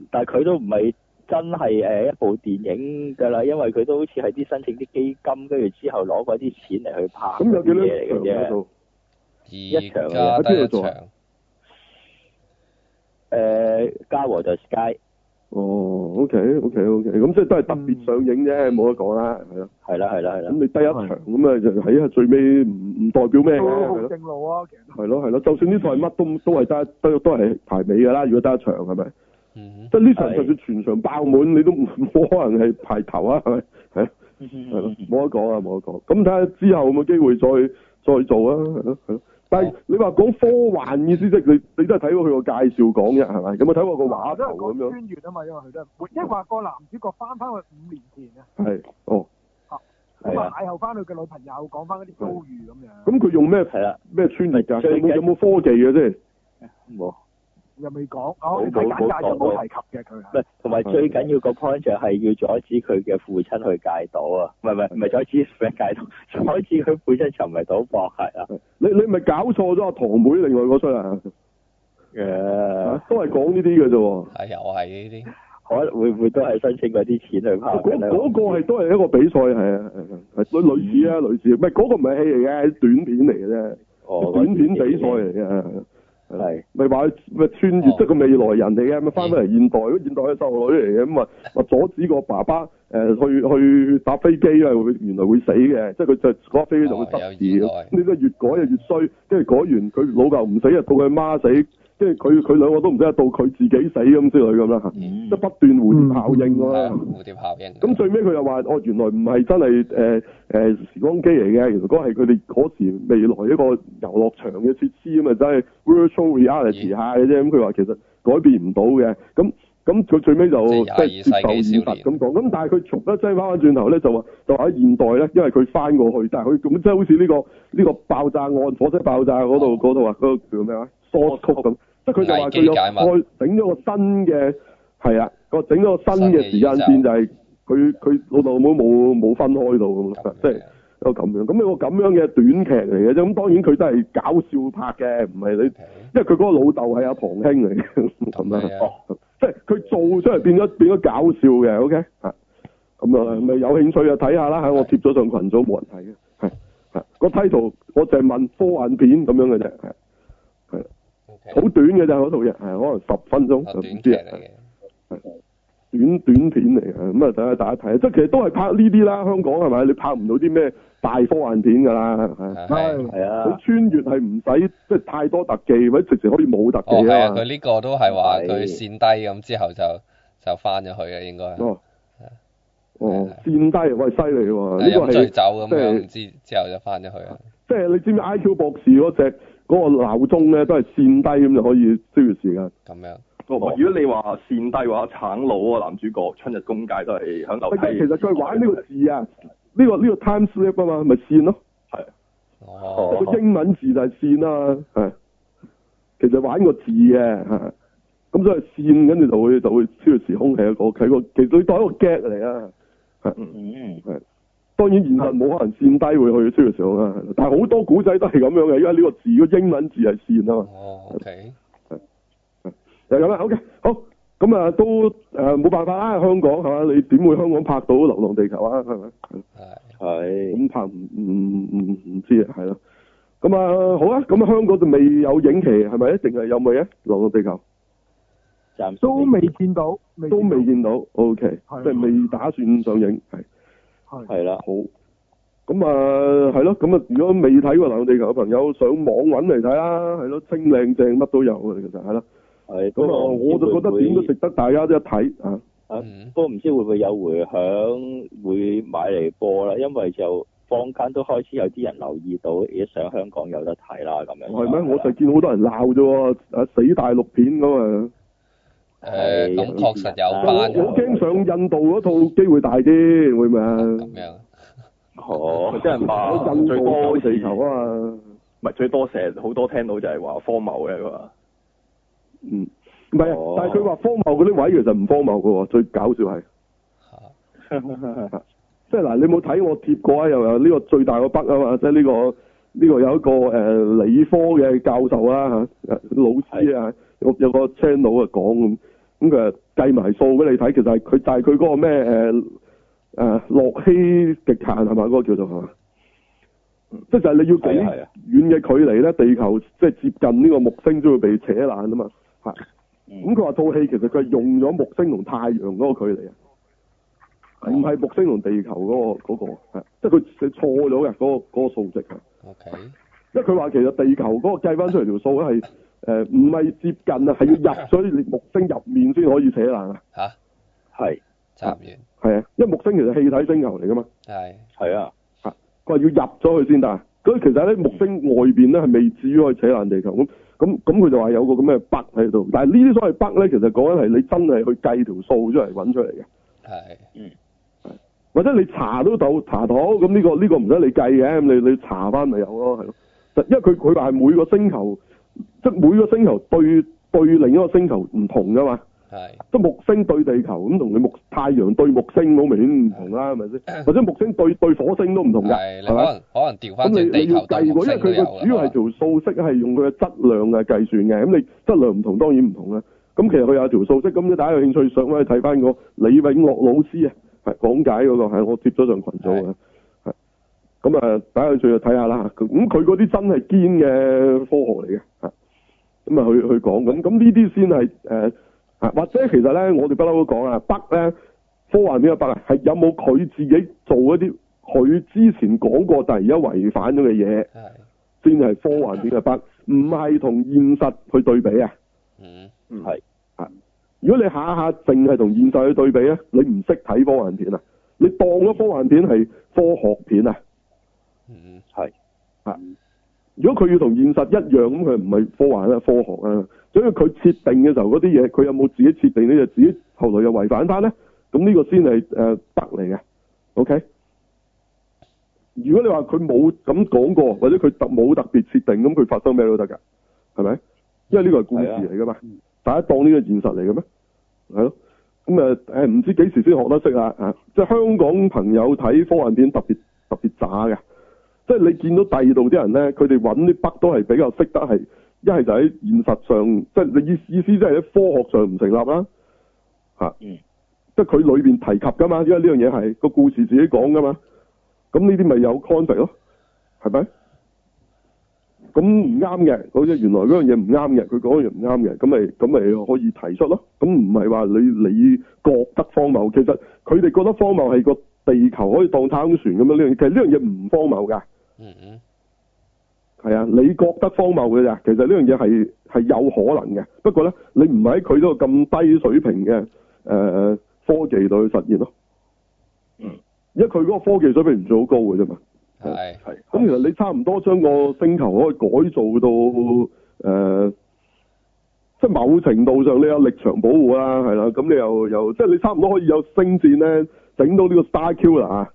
Speaker 4: 但係佢都唔係真係誒一部電影㗎啦，因為佢都好似係啲申請啲基金，跟住之後攞嗰啲錢嚟去拍
Speaker 2: 咁有
Speaker 4: 嗰
Speaker 2: 幾
Speaker 4: 啲
Speaker 2: 多啊
Speaker 4: 嘢嚟
Speaker 2: 場喺度？
Speaker 3: 而
Speaker 4: 嘅啫。場
Speaker 3: 家
Speaker 2: 喺
Speaker 3: 得
Speaker 2: 邊
Speaker 3: 一
Speaker 2: 度做啊
Speaker 3: 場，
Speaker 4: 誒，嘉禾就呃 Sky
Speaker 2: 哦，OK，OK，OK，咁即係都係特別上映啫，冇得講啦，係咯。
Speaker 4: 係啦係嗯啦係
Speaker 2: 咁
Speaker 4: 啦，
Speaker 2: 你得一場咁啊，就喺下最尾唔唔代表咩嘅，係
Speaker 5: 做好
Speaker 2: 咯
Speaker 5: 哦正路啊，其實
Speaker 2: 係咯係咯，就算呢台乜都都係得都都係排尾㗎啦，如果得一場係咪？
Speaker 3: 嗯
Speaker 2: 即係呢場
Speaker 4: 係
Speaker 2: 就算全場爆滿，你都唔冇可能係排頭啊，係咪？係
Speaker 4: 嗯
Speaker 2: 係咯，冇得講啊，冇得講。咁睇下之後有冇機會再再做啊，係咯係咯。但係你話講科幻意思即係你你都係睇過佢個介紹講啫，係咪？有冇睇過個畫
Speaker 5: 哦都
Speaker 2: 頭
Speaker 5: 係講
Speaker 2: 咁樣？
Speaker 5: 穿越啊嘛，因為佢都係，因為話個男主角翻翻去五年前啊，
Speaker 2: 係哦，
Speaker 5: 咁
Speaker 4: 係
Speaker 5: 啊
Speaker 4: 啊
Speaker 5: 邂逅翻佢嘅女朋友，講翻嗰啲遭遇咁樣，
Speaker 2: 咁佢用咩
Speaker 4: 係啦，
Speaker 2: 咩穿越㗎？
Speaker 4: 最
Speaker 2: 有冇
Speaker 4: 緊
Speaker 2: 有冇科技嘅啫？
Speaker 4: 冇。
Speaker 5: 又未講，哦，你
Speaker 4: 冇
Speaker 5: 睇
Speaker 4: 冇
Speaker 5: 簡介就
Speaker 4: 冇
Speaker 5: 冇提及嘅佢
Speaker 4: 唔
Speaker 5: 係。
Speaker 4: 係，同埋最緊要個 point 就係要阻止佢嘅父親去戒賭啊！唔係唔係唔係阻止佢戒賭， [LAUGHS] 阻止佢父親沉迷賭博係啊！
Speaker 2: 你你咪搞錯咗阿堂妹另外嗰出啊？
Speaker 4: 誒，
Speaker 2: 都係講呢啲嘅啫喎
Speaker 3: 哼，。係又係呢啲，
Speaker 4: 可能會唔會都係申請嗰啲錢去拍
Speaker 2: 嗰
Speaker 4: 嘅咧？
Speaker 2: 嗰個係都係一個比賽，係啊，係啊係類似啊，類似，唔係嗰個唔係戲嚟嘅，係短片嚟嘅啫，
Speaker 4: 哦
Speaker 2: 短片比賽嚟嘅，係啊
Speaker 4: 係
Speaker 2: 咪話咪穿越
Speaker 3: 哦
Speaker 2: 即係個未來人嚟嘅，咪翻返嚟現代，現代嘅細路女嚟嘅，咁啊話阻止個爸爸誒去去搭飛機啊，會原來會死嘅，即係佢就嗰架飛機就會
Speaker 3: 哦有
Speaker 2: 失
Speaker 3: 意
Speaker 2: 事
Speaker 3: 外
Speaker 2: 咁，你真係越改就越衰，跟住改完佢老豆唔死啊，到佢媽死，跟住佢佢兩個都唔死啊，到佢自己死咁之類咁啦，即
Speaker 4: 嗯
Speaker 2: 係不斷蝴蝶效應咁
Speaker 3: 係啊
Speaker 2: 啦。
Speaker 3: 蝴蝶效應，
Speaker 2: 咁最尾佢又話：哦，原來唔係真係誒誒時光機嚟嘅，原來嗰係佢哋嗰時未來一個遊樂場嘅設施啊嘛，真係 virtual reality
Speaker 3: 咦
Speaker 2: 下嘅啫。咁佢話其實改變唔到嘅。咁咁佢最尾就
Speaker 3: 即
Speaker 2: 即
Speaker 3: 係
Speaker 2: 係
Speaker 3: 廿
Speaker 2: 接受
Speaker 3: 二世紀
Speaker 2: 現實咁講。咁但係佢從一擠翻翻轉頭咧，就話就話喺現代咧，因為佢翻過去，但係佢咁即係好似呢個呢個爆炸案、火車爆炸嗰度嗰度啊，嗰個叫咩話 source code 咁，即係佢就話佢有
Speaker 3: 哦危機解密
Speaker 2: 再整咗個新嘅係啊，個整咗個新嘅時間
Speaker 3: 新嘅宇宙
Speaker 2: 線就係、佢佢老豆老母冇冇分開到咁
Speaker 3: 咁啊
Speaker 2: 咯，即係有咁樣。咁有個咁樣嘅短劇嚟嘅啫。咁當然佢都係搞笑拍嘅，唔係你，
Speaker 3: 樣
Speaker 2: 因為佢嗰個老豆係阿堂兄嚟嘅，咁
Speaker 3: 咁啊
Speaker 2: 樣，
Speaker 3: 樣，
Speaker 2: 即係佢做出嚟變咗變咗搞笑嘅。OK，嚇咁啊，咪有興趣啊睇下啦嚇，我貼咗上群組冇人睇嘅，係係個 title 我就係問科幻片咁樣嘅啫，係
Speaker 3: ，OK，
Speaker 2: 好短嘅咋嗰套嘢，係可能十分鐘
Speaker 3: 啊
Speaker 2: 就
Speaker 3: 短
Speaker 2: 唔知
Speaker 3: 劇嚟
Speaker 2: 啊。
Speaker 3: 嘅，
Speaker 2: 短短片嚟嘅，咁啊等下大家睇，即係其實都係拍呢啲啦，香港係咪？你拍唔到啲咩大科幻片㗎啦，係咪
Speaker 3: 係係。
Speaker 4: 係
Speaker 2: 佢
Speaker 4: 啊，
Speaker 2: 穿越係唔使即係太多特技，或者直情可以冇特
Speaker 3: 哦，
Speaker 2: 技
Speaker 3: 係啊，
Speaker 2: 啊
Speaker 3: 佢
Speaker 2: 嘛。
Speaker 3: 呢個都係話佢
Speaker 4: 係
Speaker 3: 線低咁之後就就翻咗去嘅應該。
Speaker 2: 哦，哦
Speaker 3: 啊係，
Speaker 2: 戰低喂犀利喎！呢
Speaker 3: 啊飲
Speaker 2: 個
Speaker 3: 醉
Speaker 2: 係
Speaker 3: 酒咁
Speaker 2: 即係
Speaker 3: 樣，唔知之後就翻咗去啊。
Speaker 2: 即係你知唔知 I Q 博士嗰只嗰個鬧鐘咧都係線低咁就可以超越時間。
Speaker 3: 咁樣
Speaker 6: 哦如
Speaker 2: 哦
Speaker 6: 果你話善低嘅話，橙佬啊男主角春日公介都係響樓
Speaker 2: 喂但係
Speaker 6: 梯。
Speaker 2: 其實佢係玩呢個字啊，呢個呢個 time slip 啊嘛，咪線咯。
Speaker 6: 係
Speaker 3: 哦，
Speaker 2: 個英文字就係線啦，係其實玩個字嘅，係咁所以線跟住就會就會超越時空係一個係個其實佢當一個 get 嚟啊，
Speaker 4: 嗯，
Speaker 2: 當然現實冇可能線低會去超越時空啦，但係好多古仔都係咁樣嘅，因為呢個字個英文字係線啊嘛，
Speaker 3: 哦，OK，
Speaker 2: 就係咁啦，OK 好。咁啊，都誒冇、辦法啦，香港係嘛？你點會香港拍到《流浪地球》啊？係咪？
Speaker 3: 係
Speaker 4: 係
Speaker 2: 咁拍唔唔唔唔唔知啊，係咯。咁啊，好啊，咁啊香港就未有影期係咪？定係有未啊？《流浪地球》
Speaker 4: 暫時
Speaker 5: 都未見到，未
Speaker 2: 都
Speaker 5: 見到
Speaker 2: 未見到，OK，
Speaker 6: 啊
Speaker 5: 係
Speaker 2: 即係未打算上映，係
Speaker 5: 係
Speaker 4: 係啦，
Speaker 2: 好。咁啊，係咯，咁啊，如果未睇過《流浪地球》嘅朋友，上網揾嚟睇啦，係咯，清靚正乜都有嘅，其實係啦。
Speaker 4: 係
Speaker 2: 咁啊，我就覺得點都值得大家都一睇啊。
Speaker 4: 啊
Speaker 3: 嗯
Speaker 4: 不過唔知會唔會有回響，會買嚟播啦，因為就坊間都開始有啲人留意到，咦上香港有得睇啦咁樣。
Speaker 2: 係咩？我就見好多人鬧啫喎，啊死大陸片咁啊！
Speaker 3: 誒
Speaker 4: 係
Speaker 3: 咁確實有
Speaker 6: 啊
Speaker 2: 但我
Speaker 3: 班
Speaker 2: 我
Speaker 3: 人
Speaker 2: 驚上印度嗰套機會大啲，會唔會啊？
Speaker 3: 咁樣，
Speaker 4: 哦，
Speaker 6: 即係
Speaker 2: 我
Speaker 6: 話
Speaker 2: 印
Speaker 6: 最
Speaker 2: 度
Speaker 6: 多好
Speaker 2: 鬥
Speaker 6: 似
Speaker 2: 地球啊嘛，
Speaker 6: 唔係最多成日好多聽到就係話荒謬嘅佢話，
Speaker 2: 嗯，唔係啊，
Speaker 4: 哦
Speaker 2: 但係佢話荒謬嗰啲位其實唔荒謬嘅喎，最搞笑係。
Speaker 3: 嚇
Speaker 2: [LAUGHS] 即係嗱，你冇睇我貼過啊？又有呢個最大個北啊嘛，即係呢、個呢、個有一個誒、呃理科嘅教授啦、啊、嚇、呃老師啊，有有個 channel 啊講咁，咁佢啊計埋數俾你睇，其實係佢就係佢嗰個咩誒誒洛希極限係嘛？嗰、個叫做係嘛？即係就係你要
Speaker 4: 係啊係啊
Speaker 2: 幾遠嘅距離咧，地球即係接近呢個木星先會被扯爛啊嘛，嚇！
Speaker 4: 嗯
Speaker 2: 咁佢話套戲其實佢係用咗木星同太陽嗰個距離啊。唔係木星同地球嗰、個嗰、個，係即係佢錯咗嘅嗰個嗰、個數值啊，
Speaker 3: ，OK，
Speaker 2: 因為佢話其實地球嗰個計翻出嚟條數咧係誒唔係接近啊，係要入咗你木星入面先可以扯爛啊，
Speaker 3: 吓，
Speaker 4: 係
Speaker 3: 插完，
Speaker 2: 係啊，因為木星其實係氣體星球嚟噶嘛，
Speaker 3: 係
Speaker 4: 係啊，
Speaker 2: 佢話要入咗去先得啊，所以其實咧木星外邊咧係未至於可以扯爛地球咁。咁咁佢就話有個咁嘅北喺度，但係呢啲所謂北咧，其實講緊係你真係去計條數出嚟揾出嚟嘅。
Speaker 3: 係
Speaker 2: 或者你查都到查到，咁呢、個呢、個唔使你計嘅，咁你你查翻咪有咯，係咯。就因為佢佢話係每個星球，即係每個星球對對另一個星球唔同噶嘛，
Speaker 3: 係
Speaker 2: 即係木星對地球咁同你木太陽對木星好明顯唔同啦，係咪先？或者木星對對火星都唔同㗎，
Speaker 3: 係，你
Speaker 2: 係嘛
Speaker 3: 可？能可能調
Speaker 2: 咁
Speaker 3: 翻轉
Speaker 2: 你
Speaker 3: 地
Speaker 2: 你要
Speaker 3: 球對
Speaker 2: 計過，因
Speaker 3: 木
Speaker 2: 為
Speaker 3: 星都
Speaker 2: 佢
Speaker 3: 有
Speaker 2: 個主要係
Speaker 3: 啦，
Speaker 2: 條數式係用佢嘅質量嘅計算嘅，咁你質量唔同當然唔同啦。咁其實佢有條數式，咁大家有興趣上可以睇翻個李永樂老師啊，係講解嗰、個係我貼咗上群組嘅，係咁啊，大家有興趣就睇下啦。咁佢嗰啲真係堅嘅科學嚟嘅，係咁啊，去去講咁，咁呢啲先係誒啊，或者其實咧，我哋不嬲都講啊，北咧科幻邊個北啊，係有冇佢自己做一啲佢之前講過，但係而家違反咗嘅嘢，
Speaker 3: 係，
Speaker 2: 先係科幻片嘅北，唔係同現實去對比啊！
Speaker 3: 嗯，
Speaker 4: 係
Speaker 2: 如果你下下淨係同現實去對比咧，你唔識睇科幻片啊！你當咗科幻片係科學片啊！
Speaker 3: 嗯，
Speaker 4: 係
Speaker 2: 如果佢要同現實一樣，咁佢唔係科幻啦，科學啊。所以佢設定嘅時候嗰啲嘢，佢有冇自己設定呢？就自己後來又違反翻咧。咁呢個先係誒得嚟嘅。OK。如果你話佢冇咁講過，或者佢特冇特別設定，咁佢發生咩都得㗎，係咪？因為呢個係故事嚟㗎嘛，大家當呢個現實嚟嘅咩？係咯。咁誒呃誒，唔知幾時先學得識啦啊！即係香港朋友睇科幻片特別特別渣嘅。即係你見到第二度啲人咧，佢哋揾啲北都係比較識得係，一係就喺現實上，即係你意意思即係喺科學上唔成立啦，嚇、
Speaker 4: 嗯
Speaker 2: 即係佢裏邊提及噶嘛，因為呢樣嘢係個故事自己講噶嘛，咁呢啲咪有 conflict 咯，係咪？咁唔啱嘅，好似原來嗰樣嘢唔啱嘅，佢講樣嘢唔啱嘅，咁咪咁咪可以提出咯。咁唔係話你你覺得荒謬，其實佢哋覺得荒謬係個地球可以當太空船咁樣呢樣嘢，其實呢樣嘢唔荒謬㗎。
Speaker 3: 嗯嗯，
Speaker 2: 係啊，你覺得荒謬嘅咋？其實呢樣嘢係係有可能嘅，不過咧，你唔喺佢嗰個咁低水平嘅誒、呃科技度去實現咯。
Speaker 6: 嗯，
Speaker 2: 因為佢嗰個科技水平唔算好高嘅啫嘛。
Speaker 3: 係
Speaker 6: 係
Speaker 2: 咁其實你差唔多將個星球可以改造到誒、呃即係某程度上你有力場保護啦，係啦，咁你又又即係你差唔多可以有星戰咧，整到呢個 Star Killer 啊！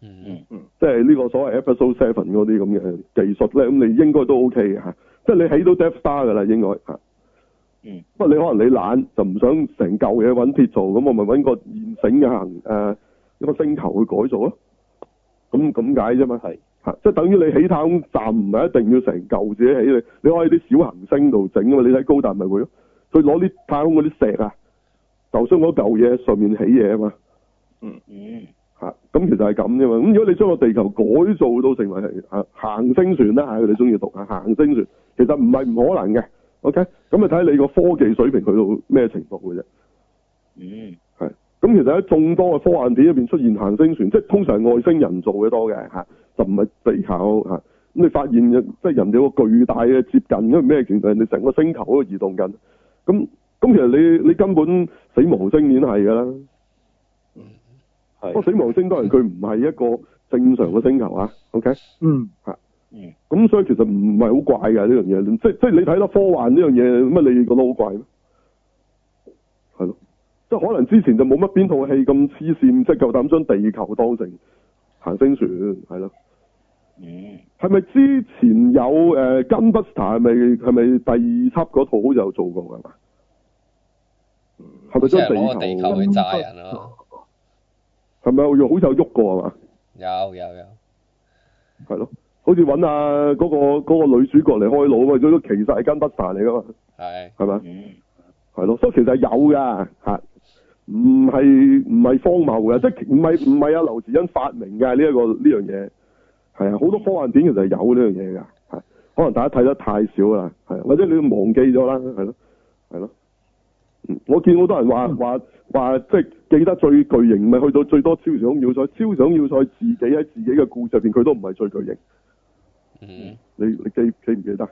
Speaker 3: 嗯
Speaker 2: 即係呢個所謂 Episode Seven 嗰啲咁嘅技術咧，咁你應該都 OK 嘅嚇，即係你起到 Death Star 㗎啦，應該嚇。
Speaker 4: 嗯。
Speaker 2: 不過你可能你懶就唔想成嚿嘢揾鐵做，咁我咪揾個現成嘅行誒一個星球去改造咯。咁咁解啫嘛。
Speaker 4: 係
Speaker 2: 嚇，即係等於你起太空站唔係一定要成嚿自己起，你你可以喺啲小行星度整啊嘛。你睇高達咪會咯，佢攞啲太空嗰啲石啊，就將嗰嚿嘢上面起嘢啊嘛。
Speaker 4: 嗯
Speaker 2: 嚇，啊咁其實係咁啫嘛。咁如果你將個地球改造到成為係啊行星船啦，嚇佢哋中意讀啊行星船，其實唔係唔可能嘅。OK，咁啊睇你個科技水平去到咩程度嘅啫。
Speaker 4: 嗯
Speaker 2: 係，咁其實喺眾多嘅科幻片入邊出現行星船，即係通常係外星人做嘅多嘅嚇，就唔係地球嚇。咁你發現即係人哋有個巨大嘅接近，因為咩？其實人哋成個星球喺度移動緊。咁咁其實你你根本死亡星面係㗎啦。
Speaker 4: 係
Speaker 2: 不過死亡星當然佢唔係一個正常嘅星球啊，OK，
Speaker 5: 嗯，
Speaker 4: 嗯
Speaker 2: 咁所以其實唔係好怪嘅呢樣嘢，即即係你睇得科幻呢樣嘢，乜你覺得好怪咩？係咯，即係可能之前就冇乜邊套戲咁黐線，即係夠膽將地球當成行星船，係咯。
Speaker 4: 嗯，
Speaker 2: 係咪之前有誒、呃、Gunbuster 係咪係咪第二輯嗰套好似有做過㗎係嘛？係咪
Speaker 3: 即
Speaker 2: 將
Speaker 3: 係攞個地
Speaker 2: 地
Speaker 3: 球
Speaker 2: 球
Speaker 3: 去炸人啊咯，
Speaker 2: 係咪有好似有喐過係嘛？
Speaker 3: 有有有，
Speaker 2: 係咯，好似揾啊嗰個嗰、個女主角嚟開腦啊嘛，都其實係 Gunbuster 嚟㗎嘛，
Speaker 3: 係
Speaker 2: 係咪？
Speaker 4: 嗯，
Speaker 2: 係咯，所以其實係有㗎嚇，唔係唔係荒謬嘅，即係唔係唔係阿劉慈欣發明嘅呢一個呢樣嘢，係啊，好多科幻片其實係有呢樣嘢㗎，係可能大家睇得太少啦，係啊或者你忘記咗啦，係咯，係咯。嗯我見好多人話話話，即係記得最巨型咪去到最多超時空要塞，超時空要塞自己喺自己嘅故事入邊，佢都唔係最巨型。
Speaker 3: 嗯
Speaker 2: 你你記記唔記得？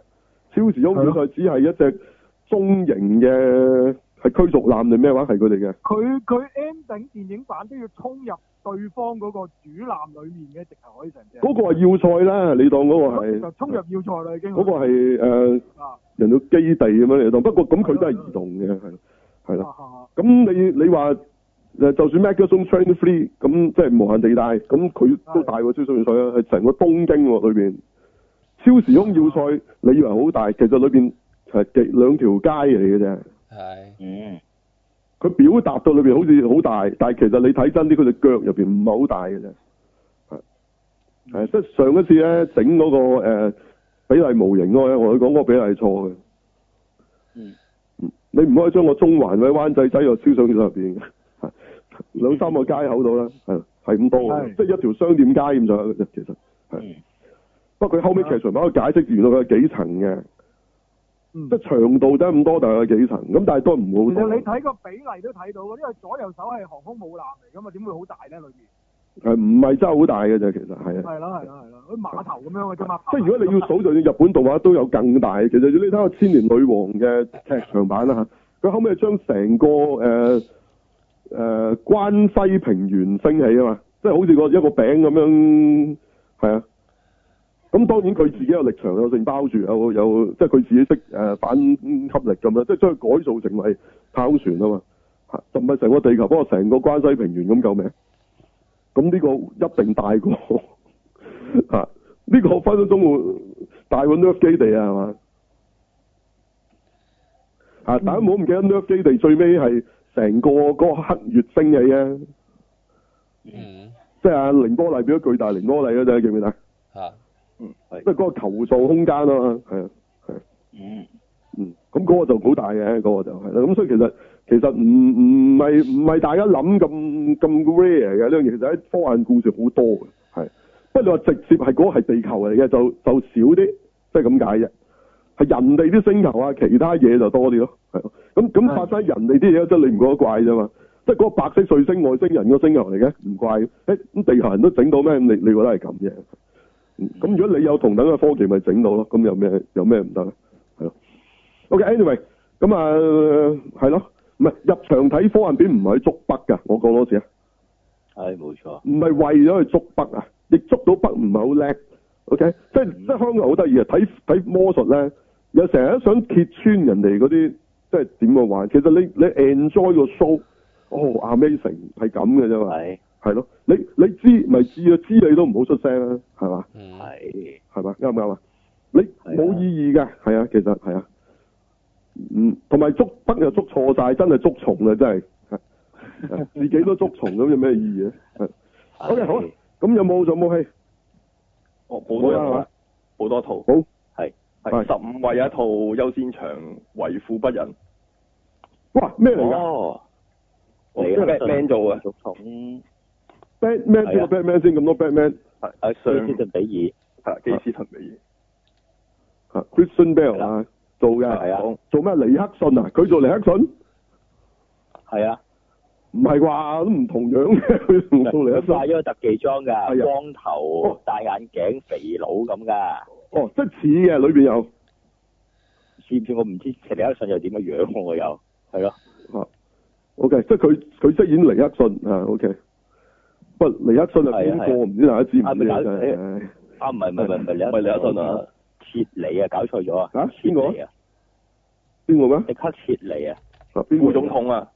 Speaker 2: 超時空要塞只係一隻中型嘅，係驅逐艦定咩話？係佢哋嘅，
Speaker 5: 佢佢 ending 電影版都要衝入對方嗰個主艦裡面嘅，直頭可以成隻。
Speaker 2: 嗰、個係要塞啦，你當嗰個係
Speaker 5: 就衝入要塞啦已經。
Speaker 2: 嗰個係誒
Speaker 5: 啊
Speaker 2: 人到基地咁樣嚟當，不過咁佢都係移動嘅，係係
Speaker 5: 啊
Speaker 2: 啦。
Speaker 5: 啊
Speaker 2: 咁你你話誒，就算 Megazone Train Three 咁即係無限地帶，咁佢都大過超時空要塞啊，係成個東京喎裏邊。超時空要塞，你以為好大，其實裏邊係幾兩條街嚟嘅啫。
Speaker 3: 係
Speaker 4: 嗯，
Speaker 2: 佢表達到裏邊好似好大，但係其實你睇真啲，佢隻腳入邊唔係好大嘅啫。係係即係上一次咧整嗰個、呃、比例模型嗰個咧，我同你講嗰個比例係錯嘅。
Speaker 4: 嗯
Speaker 2: 嗯，你唔可以將個中環或者灣仔仔又燒上咗入邊嘅，係兩三個街口度啦，係係咁多嘅，
Speaker 5: 係
Speaker 2: 即係一條商店街咁上下嘅啫，其實係
Speaker 4: 嗯。
Speaker 2: 不過佢後
Speaker 5: 啊
Speaker 2: 尾劇場版佢解釋原來佢係幾層嘅，
Speaker 5: 嗯
Speaker 2: 即係長度得咁多，但係佢幾層，咁但係都唔
Speaker 5: 其
Speaker 2: 會好
Speaker 5: 實
Speaker 2: 多
Speaker 5: 你，睇個比例都睇到嘅，因為左右手係航空母艦嚟噶嘛，點會啊好大咧？裏面
Speaker 2: 係啊唔係真係好大嘅啫？其實係啊。
Speaker 5: 係啦係啦係啦，好似碼頭咁樣嘅啫嘛。
Speaker 2: 即係如果你要數，就算日本動畫都有更大。其實你睇下《千年女王》嘅劇場版啦嚇，佢後尾係將成個誒誒、呃關西平原升起啊嘛，即係好似個一個餅咁樣，係啊。咁當然佢自己有力場有剩包住，有有即係佢自己識誒、呃反吸力咁樣，即係將佢改造成為太空船啊嘛，嚇就唔係成個地球，不過成個關西平原咁救命。咁呢個一定大過嚇。啊呢個分分鐘會大過 Nerf 基地啊，係嘛？啊！大家唔好唔記得 Nerf 基地最尾係成個嗰個黑月星起啊！
Speaker 3: 嗯
Speaker 2: 即係阿凌波麗變咗巨大凌波麗嗰陣，記唔記得？
Speaker 3: 嚇
Speaker 2: 即係嗰個球狀空間啊嘛，係啊，係啊，
Speaker 4: 嗯，
Speaker 2: 嗯，咁嗰個就好大嘅，嗰、個就係啦。咁所以其實其實唔唔唔係唔係大家諗咁咁 rare 嘅呢樣嘢，其實喺科幻故事好多嘅，係。不過你話直接係嗰個係地球嚟嘅，就就少啲，即係咁解啫。係人哋啲星球啊，其他嘢就多啲咯，係咯。咁咁發生喺人哋啲嘢，即係你唔覺得怪啫嘛？即係嗰個白色彗星外星人個星球嚟嘅，唔怪。誒咁地球人都整到咩？咁你你覺得係咁嘅？嗯咁如果你有同等嘅科技，咪整到咯。咁有咩有咩唔得咧？係咯。OK，anyway，咁啊係咯，唔係入場睇科幻片唔係去捉北㗎，我講多次啊。
Speaker 4: 係冇錯，
Speaker 2: 唔係為咗去捉北啊，你捉到北唔係好叻，OK？即係即係香港好得意啊！睇睇魔術咧，有成日都想揭穿人哋嗰啲即係點樣玩。其實你你 enjoy 個 show，哦 amazing 係咁嘅啫嘛，
Speaker 4: 係
Speaker 2: 係咯。你你知咪知啊？知你都唔好出聲啦，係嘛？
Speaker 3: 嗯
Speaker 4: 係
Speaker 2: 係嘛？啱唔啱啊？你冇意義嘅，係啊，其實係啊，嗯，同埋捉北又捉錯晒，真係捉蟲啊，真係 [LAUGHS] 係係自己都捉蟲咁，有咩意義咧？係 OK，好啊咁有冇仲有冇戲？
Speaker 6: 我哦好
Speaker 2: 冇
Speaker 6: 多
Speaker 2: 啦
Speaker 4: 啊
Speaker 2: 係嘛
Speaker 6: 套，好多套，
Speaker 2: 好，係
Speaker 6: 係十五位有一套優先場為富不仁，
Speaker 2: 哇咩嚟噶
Speaker 4: 哦，
Speaker 6: 我
Speaker 4: 你
Speaker 6: Batman 做啊嘅，
Speaker 4: 總統
Speaker 2: ？Batman
Speaker 4: 係
Speaker 2: 邊
Speaker 4: 啊
Speaker 2: 個 Batman 先咁多 Batman
Speaker 6: 係
Speaker 4: 啊，
Speaker 6: 上
Speaker 4: 基斯頓比
Speaker 6: 係基斯頓比
Speaker 2: 啊？Christian
Speaker 4: 係
Speaker 2: Bale
Speaker 4: 啦
Speaker 2: 啊，做
Speaker 4: 爾係
Speaker 2: 嘅，
Speaker 4: 啊，
Speaker 2: 做咩尼克遜啊？佢做尼克遜？
Speaker 4: 係啊，
Speaker 2: 唔係啩？都唔同樣嘅，佢同做尼克
Speaker 4: 佢化
Speaker 2: 遜。
Speaker 4: 咗個特技裝
Speaker 2: 係
Speaker 4: 㗎，
Speaker 2: 啊
Speaker 4: 光頭、戴眼鏡、肥佬咁㗎，
Speaker 2: 哦，即係似嘅，裏邊有
Speaker 4: 似唔似我唔知其他信又點嘅樣喎我又係咯，
Speaker 2: 啊。OK，即係佢佢飾演尼克遜啊。OK，不尼克遜係邊
Speaker 4: 係啊係
Speaker 2: 個？唔知大家知唔
Speaker 4: 啊
Speaker 2: 知
Speaker 4: 咪搞
Speaker 2: 啊？真係唉
Speaker 4: 啊唔係唔係唔係
Speaker 6: 唔係
Speaker 4: 你
Speaker 6: 尼克遜啊，
Speaker 4: 切尼啊搞錯咗啊
Speaker 2: 啊，
Speaker 4: 切
Speaker 2: 邊個
Speaker 4: 尼啊，
Speaker 2: 邊個咩？
Speaker 4: 即刻切尼啊，
Speaker 2: 啊邊
Speaker 6: 副
Speaker 2: 個
Speaker 6: 總統啊，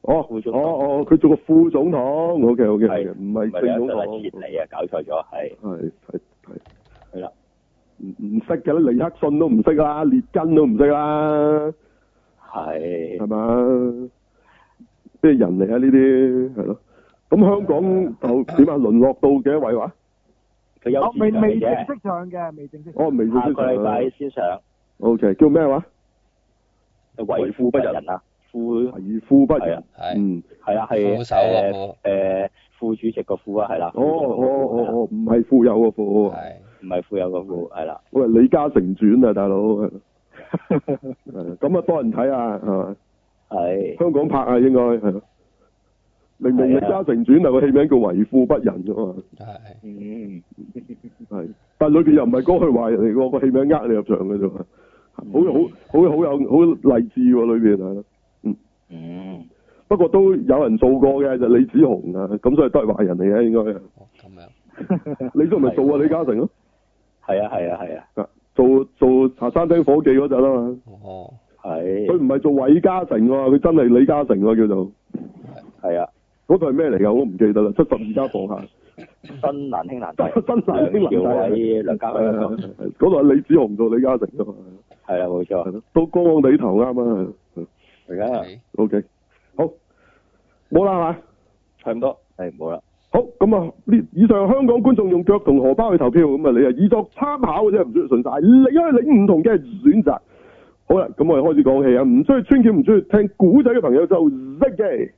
Speaker 2: 哦，
Speaker 4: 副總統
Speaker 2: 哦哦，佢做個副總統，OK OK，
Speaker 4: 係
Speaker 2: 唔係
Speaker 4: 唔係
Speaker 2: 正總
Speaker 4: 兩
Speaker 2: 統，
Speaker 4: 粒切嚟啊，搞錯咗，係
Speaker 2: 係係係
Speaker 4: 係啦，
Speaker 2: 唔唔識嘅啦，尼克遜都唔識啦，列根都唔識啦，係
Speaker 4: 係
Speaker 2: 嘛？即係人嚟啊呢啲，係咯。咁香港就點啊？淪落到幾多位話？
Speaker 4: 佢有
Speaker 5: 未
Speaker 4: 市場
Speaker 5: 未
Speaker 4: 嚟
Speaker 5: 正
Speaker 4: 啫，
Speaker 5: 式上嘅，未正式上。
Speaker 2: 哦，未正
Speaker 4: 下
Speaker 2: 式
Speaker 4: 個禮
Speaker 2: 上
Speaker 4: 拜。先上，
Speaker 2: O K，叫咩話？
Speaker 4: 為富不仁啊，富
Speaker 2: 為富不
Speaker 4: 係
Speaker 2: 仁
Speaker 4: 啊。
Speaker 3: 係
Speaker 2: 嗯，
Speaker 4: 係啦係
Speaker 3: 副手個副
Speaker 4: 誒誒副主席個副啊，係啦，
Speaker 2: 哦哦哦哦，唔係富有個富，
Speaker 3: 係
Speaker 4: 啊唔係富有個富，係啦，
Speaker 2: 喂，李嘉誠傳啊，大
Speaker 4: [LAUGHS]
Speaker 2: 佬，係咯係咁啊多人睇啊，係嘛？
Speaker 4: 係
Speaker 2: 香港拍啊，應該係咯。明明
Speaker 4: 係
Speaker 2: 李
Speaker 4: 啊
Speaker 2: 嘉誠傳啊，個戲名叫為富不仁噶嘛，
Speaker 3: 係
Speaker 4: 嗯
Speaker 2: 係，但裏邊又唔係講佢話人哋個個戲名呃你入場嘅啫嘛，好好好好有好勵志喎裏邊係咯。
Speaker 4: 嗯
Speaker 2: 不過都有人做過嘅就李子雄啊，咁所以都係壞人嚟嘅
Speaker 4: [LAUGHS]
Speaker 2: 應
Speaker 3: 哦咁樣
Speaker 2: 該。你都唔係做啊李嘉誠咯，
Speaker 4: 係啊係啊係啊
Speaker 2: 啊做做茶餐廳伙計嗰陣啊嘛，
Speaker 3: 哦
Speaker 2: 佢
Speaker 4: 係
Speaker 2: 唔係做韋嘉誠喎，佢真係李嘉誠喎叫做。
Speaker 4: 係啊，
Speaker 2: 嗰套係咩嚟㗎？我唔記得啦，七十二家房客。
Speaker 4: 新難兄
Speaker 2: [LAUGHS]
Speaker 4: 難弟，
Speaker 2: 真真係
Speaker 4: 梁
Speaker 2: 呢
Speaker 4: 朝
Speaker 2: 個
Speaker 4: 偉梁家輝
Speaker 2: [LAUGHS]
Speaker 4: 嗰個
Speaker 2: 係係嗰度係李子雄做李嘉誠㗎嘛，
Speaker 4: 係啦冇
Speaker 2: 係
Speaker 4: 錯，
Speaker 2: 咯，都光光地頭啱啊係
Speaker 4: 而家
Speaker 3: ，OK，
Speaker 2: ，OK，好，冇啦係嘛，
Speaker 6: 係咁多。
Speaker 4: 係冇啦，
Speaker 2: 好咁啊，呢以上香港觀眾用腳同荷包去投票，咁啊你啊以作參考嘅啫，唔需要信晒，你可以領唔同嘅選擇。好啦，咁我哋開始講戲啊，唔中意穿橋，唔中意聽古仔嘅朋友就識嘅。